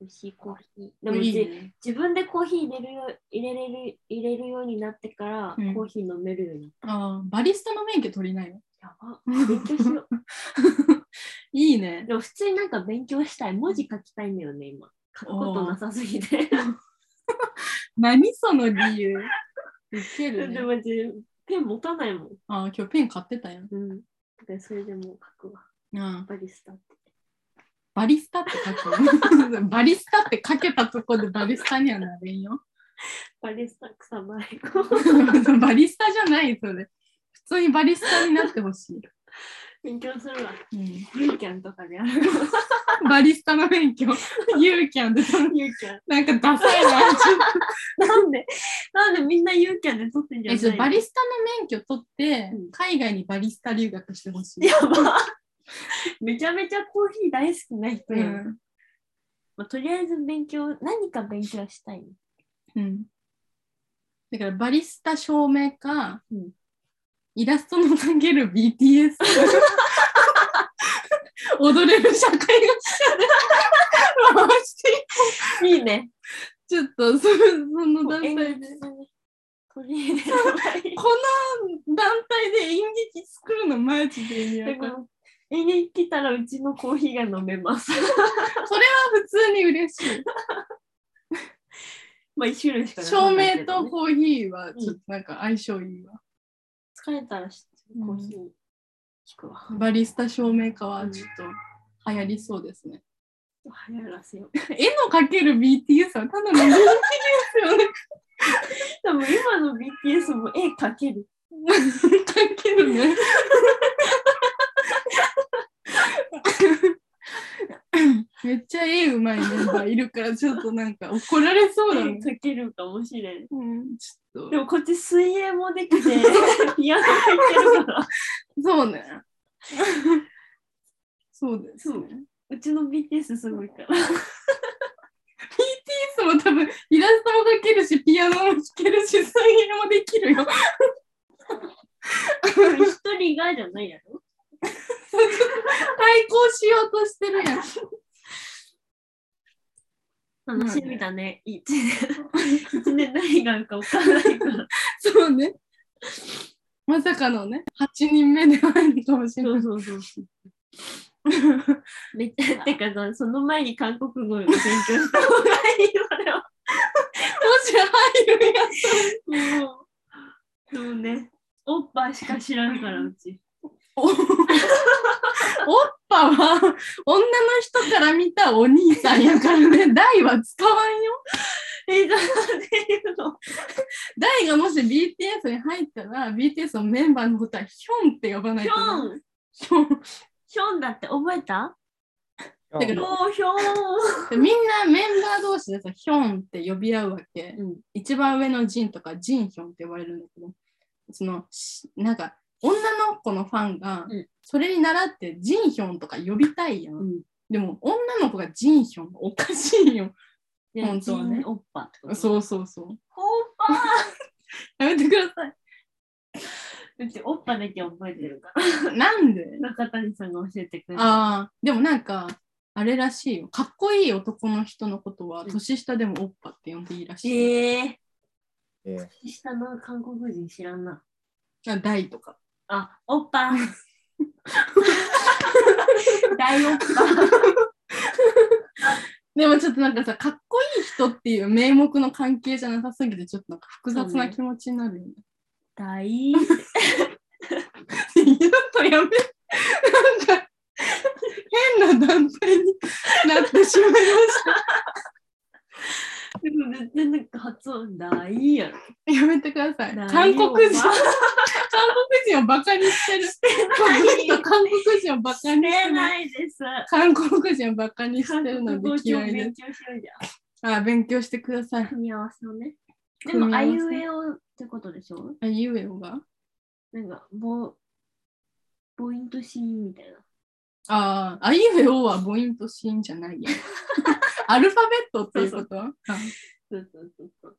S2: 美味しいコーヒー。でも
S1: いい
S2: じ
S1: ね。
S2: 自分でコーヒー入れるよ入れれる入れるようになってから、
S1: うん
S2: コーヒー飲めるようになっ
S1: ああ、バリスタの免許取りないよ。 (laughs)
S2: た。やば。勉強しよう。
S1: いいね。
S2: でも普通になんか勉強したい。文字書きたいんだよね、今。書くことなさすぎて。
S1: 何その理由。ウケ
S2: (laughs) で
S1: るね。
S2: も自分ペン持たないもん。
S1: ああ、今日ペン買ってたよ。
S2: うん。だからそれでもう書くわ。
S1: ああ
S2: バリスタって。
S1: バリスタって書く。 (laughs) バリスタって書けたとこでバリスタにはなれんよ。 (laughs)
S2: バリスタ草ばい。
S1: バリスタじゃない、それ。普通にバリスタになってほしい。
S2: (laughs) 勉強するわ。
S1: うん
S2: ユーキャンとかでやる。 (laughs)
S1: バリスタの免 (laughs) 許、ユーキャンで、
S2: ユーキャン。
S1: なんかダサいな。
S2: なんで、なんでみんなユーキャンで撮ってんじゃ
S1: え
S2: ない
S1: ちょ
S2: の
S1: っとバリスタの免許取って、
S2: うん
S1: 海外にバリスタ留学してほしい。
S2: やば。めちゃめちゃコーヒー大好きな人
S1: う
S2: やん。
S1: ん
S2: まあ、とりあえず勉強、何か勉強したい。
S1: うん、だからバリスタ証明か、
S2: うん
S1: イラストのかける BTS 踊れる社会学者で回して
S2: いいね。
S1: ちょっとそその団体
S2: 演
S1: こ
S2: 劇取り入れれば
S1: の団体で演劇作るのマジで意味わ
S2: いい。
S1: か
S2: だ
S1: ん
S2: か
S1: ない
S2: ら演劇来たらうちのコーヒーが飲めます。 (laughs)
S1: 普通に嬉しい
S2: まあ一種類しか
S1: 照
S2: ない
S1: 明
S2: けど
S1: と
S2: ね
S1: コーヒーはちょっとなんか相性いいわ、
S2: 疲れたらし
S1: うん
S2: コーヒー引くわ。
S1: バリスタ照明家はちょっと流行りそうですね
S2: 流行らせよう。
S1: 絵の描ける BTS はただの BTS よね。
S2: でも今の BTS も絵描ける。
S1: 描けるね。めっちゃ絵うまいメンバーいるからちょっとなんか怒られそうだ
S2: 絵
S1: ね。
S2: 描けるかもしれん。
S1: うん、ちょっ
S2: で
S1: と
S2: もこっち水泳もで (laughs) きて、ピアノもいけるから。
S1: そうね。そうですね。
S2: うちの BTS すごいから。
S1: BTS も多分イラストも描けるしピアノも弾けるし水泳もできるよ。
S2: 一人がじゃないやろ
S1: 対抗しようとしてるやん。
S2: 楽しみだね。一年。一年何があるか分からないから。
S1: (laughs) そうね。まさかのね、8人目で入るかもしれ
S2: そ
S1: な
S2: う
S1: い。
S2: そうそうそう。めっちゃ、てかさ、その前に韓国語を勉強した方がいいよ、あれは。
S1: もし入るやつ。
S2: もう。でもね、オッパしか知らんから、うち。
S1: おおっぱは女の人から見たお兄さんやからね、大は使わんよ。
S2: え、なんていうの
S1: 大がもし BTS に入ったら、BTS のメンバーのことはヒョンって呼ばない
S2: ヒ
S1: とね。
S2: ョン
S1: ヒョン。
S2: ヒョンだって覚えた
S1: だけど
S2: もうヒョ
S1: でみんなメンバー同士でさ、ヒョンって呼び合うわけ。
S2: ン、
S1: 一番上のジンとかジンヒョンって呼ばれるんだけどそのしなんか女の子のファンが
S2: うん
S1: それに倣ってジンヒョンとか呼びたいやん、
S2: うん
S1: でも女の子がジンヒョンおかしいよ (laughs)
S2: で
S1: 本当はね
S2: ジンオッパってこと
S1: そうそうそう
S2: オッパ
S1: やめてくださ
S2: うちオッパだけ覚えてるから。
S1: い (laughs) なんで
S2: 中谷さんが教えてくれた。
S1: ああでもなんかあれらしいよ。かっこいい男の人のことは、年下でもオッパって呼んでいいらしい。
S2: ええ
S3: えー
S2: ー、下の韓国人知らんな。
S1: なんか大とか。
S2: あ、おっ (laughs) ぱ。大おっぱ。
S1: でもちょっとなんかさ、かっこいい人っていう名目の関係じゃなさすぎて、ちょっとなんか複雑な気持ちになるよね。
S2: 大。
S1: 二度とやめ、なんか、変な団体になってしまいまし
S2: でも絶対なんか発音大やろ。
S1: た。やめてください。
S2: 大
S1: 韓
S2: おっ
S1: 国人、
S2: ぱ
S1: 韓国人をバカにしてる。この人韓国人をバカ
S2: 知
S1: にして
S2: れ
S1: る。
S2: ないです。
S1: 韓国人をバカにして
S2: 韓
S1: るの
S2: 国
S1: で
S2: 語を
S1: 嫌いで
S2: 勉
S1: す。
S2: 強しようじゃん。
S1: あ、勉強してください。
S2: 組み合わせをね。で
S1: 組み
S2: も、
S1: 合
S2: あ
S1: わせ
S2: いうえおってことでしょ
S1: あ、ゆえおが
S2: なんか、ぼ、ポイントシーンみたいな。
S1: ああ、あいうえおは母音と子音じゃない
S2: (laughs)
S1: よ。アルファベットっていうことは
S2: そうそうそうそう。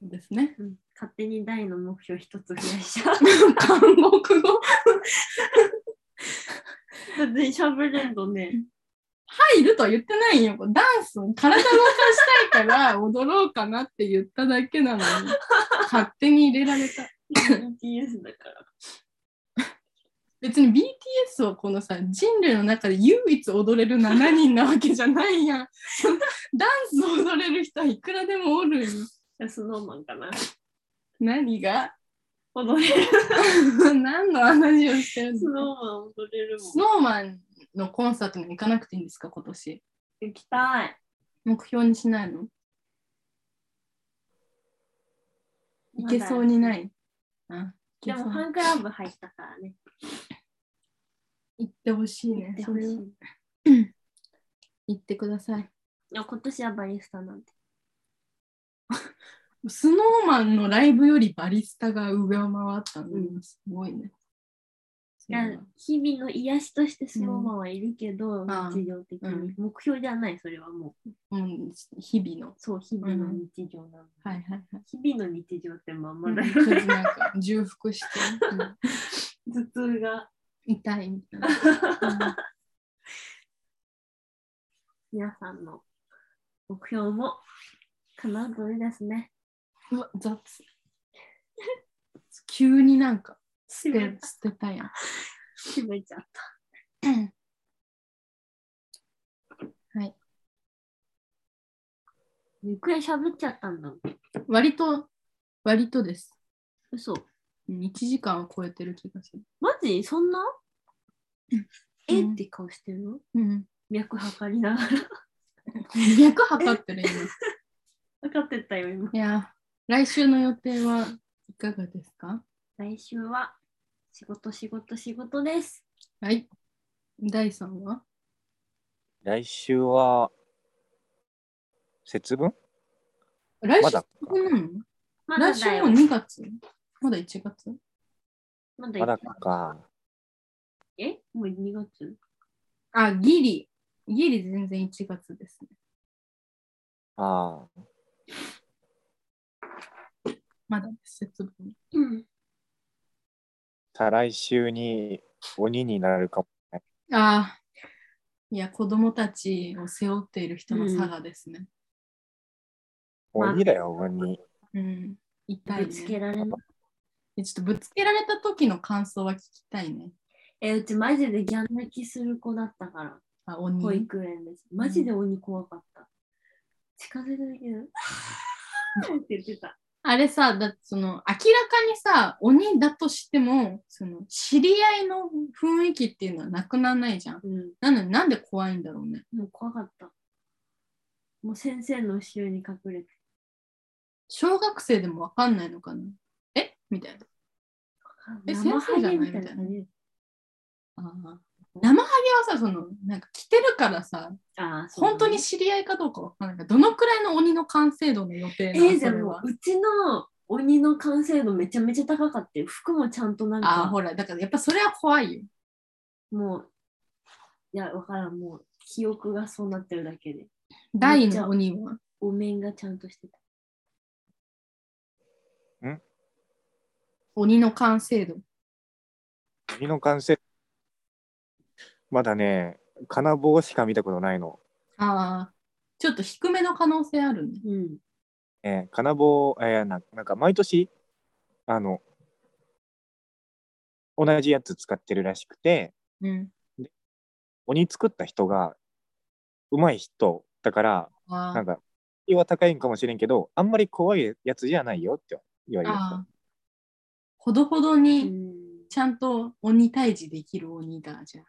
S1: ですね。 (laughs)
S2: うん、勝手に大の目標一つ増やしちゃう。
S1: 韓国語。
S2: だって喋れんとね。
S1: 入るとは言ってないよ。ダンスを体動かしたいから踊ろうかなって言っただけなのに、勝手に入れられた。
S2: BTS だから。
S1: 別に BTS はこのさ人類の中で唯一踊れる7人なわけじゃないやんダンス踊れる人はいくらでもおるんよ
S2: スノーマンかな。
S1: 何が
S2: 踊れる。
S1: 何の話をしてるんで
S2: ス
S1: すか
S2: ノーマン踊れるも
S1: スノーマンのコンサートには行かなくていいんですか今年
S2: ん。行きたい。
S1: 目標にしないの行けそうにない、あ行け
S2: で
S1: そう
S2: もファンクラブ入ったからね。
S1: 行ってほしい
S2: 行っ
S1: ね
S2: て
S1: そ
S2: ほし
S1: れ
S2: い
S1: を行ってください
S2: いや今年はバリスタなんて。
S1: スノーマンのライブよりバリスタが上を回ったの、
S2: う
S1: すごいね。
S2: いや日々の癒しとしてスノーマンはいるけど、
S1: んああ
S2: 日常的に、
S1: うん
S2: 目標じゃないそれはもう
S1: うん、日々の。
S2: そう日々の日常なの、
S1: はいはいはい。
S2: 日々の日常ってまんま
S1: うん
S2: だよ、
S1: ちょっとなんか重複
S2: (laughs)
S1: して、
S2: 頭痛が
S1: うん痛いみたいな。うん
S2: 皆さんの目標も叶うといいですね
S1: うわ、雑。急になんか捨て捨てたやん。
S2: 閉めちゃった
S1: はい
S2: ゆっくり喋っちゃったんだもん
S1: 割と、割とです。
S2: 嘘
S1: 1時間を超えてる気がする。
S2: マジそんな、え
S1: うん
S2: って顔してるの
S1: うん。
S2: 脈測り (laughs) ながら
S1: 脈測ってる (laughs) 今。
S2: 測ってったよ今
S1: いや、来週の予定はいかがですか
S2: 来週は仕事仕事仕事です
S1: はい。第3は
S3: 来週は節分
S1: 来
S3: ま
S1: 週
S3: だ
S1: ここなの
S2: まだ
S1: 来週
S2: だよ
S1: も2月まだ1月
S2: まだ
S3: まだ
S2: 一月
S3: か。
S2: えもう2月
S1: あ、ギリ。ギリ全然1月ですね。
S3: ああ、
S1: まだ節分。
S2: うん。
S3: 再来週に鬼になるかも。
S1: ああ。いや、子供たちを背負っている人の差がですね。
S2: まあ
S3: 鬼だよ、鬼。
S1: うん。痛い
S2: ぶつけ
S1: ね。
S2: られない。
S1: えちょっとぶつけられた時の感想は聞きたいね。
S2: え、うちマジでギャン泣きする子だったから、
S1: あ、
S2: 保
S1: 鬼。
S2: 育園です。マジで鬼怖かった。近づいただけで、あーって言ってた。
S1: あれさ、だってその、明らかにさ、鬼だとしても、その、知り合いの雰囲気っていうのはなくならないじゃん。
S2: うん。
S1: なのになんで怖いんだろうね。
S2: もう怖かった。もう先生の後ろに隠れて。
S1: 小学生でもわかんないのかなえみたいな。え
S2: 生ハゲみた
S1: 先生
S2: い
S1: じゃな
S2: な
S1: い
S2: 感じ。
S1: 生ハゲはさ、その、なんか着てるからさ、
S2: ああ、そうだね
S1: 本当に知り合いかどうかわかんないから、どのくらいの鬼の完成度の予定
S2: え
S1: なの
S2: ー、
S1: そ
S2: で
S1: れ
S2: も
S1: は。
S2: うちの鬼の完成度めちゃめちゃ高かったよ。服もちゃんとなん
S1: ああ、
S2: か
S1: ほら、だからやっぱそれは怖いよ。
S2: もういやわからんもう記憶がそうなってるだけで
S1: 大の鬼は。
S2: お面がちゃんとしてた。
S1: 鬼の完成度。
S3: 鬼の完成。まだね、金棒しか見たことないの。
S1: ああ、ちょっと低めの可能性あるね。
S2: うん。
S3: えー、金棒、えーな、なんか毎年、あの、同じやつ使ってるらしくて、
S1: うん。
S3: 鬼作った人が、上手い人だから、
S1: あ
S3: なんか、気は高いんかもしれんけど、あんまり怖いやつじゃないよって言われる。
S1: あー、ほどほど
S2: う
S1: に
S2: ん
S1: ちゃんと鬼退治できる鬼だじゃあ。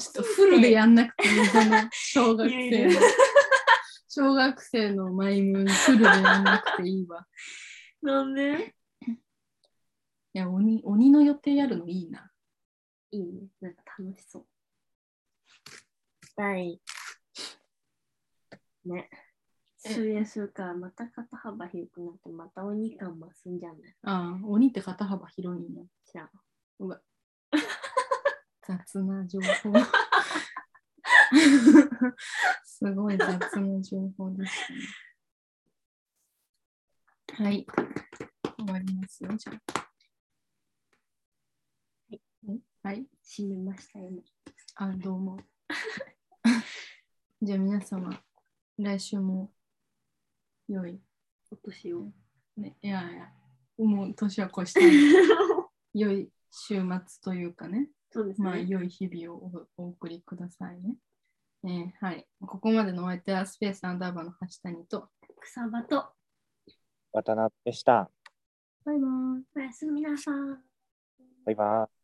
S1: ちょっとフルでやんなくていいかな。小学生の。 (laughs) 小学生のマイムフルでやんなくていいわ。
S2: なんで
S1: いや、鬼、鬼の予定やるのいいな。
S2: いいね。なんか楽しそう。第、ね。
S1: え
S2: そうやするから、また肩幅広くなって、またお肉感増すんじゃない
S1: ああ、鬼って肩幅広いんや。
S2: じゃあ。
S1: うわ。雑な情報。すごい雑な情報でしたね。はい。終わりますよ、じゃあ。はい。はい。
S2: 締めましたよね。
S1: あ、どうも。 (laughs) じゃあ皆様、来週も良い。
S2: お年 (laughs) を。
S1: ね、いやいや、もう年は越したい。良い週末というかね、
S2: そうですね。
S1: まあ、良い日々をおお送りくださいね。えーはい。ここまでのお相手はスペースアンダーバーの橋谷と、
S2: 草場と、
S3: 渡辺でした。
S1: バイバーイ。
S2: おやすみなさい。
S3: バイバイ。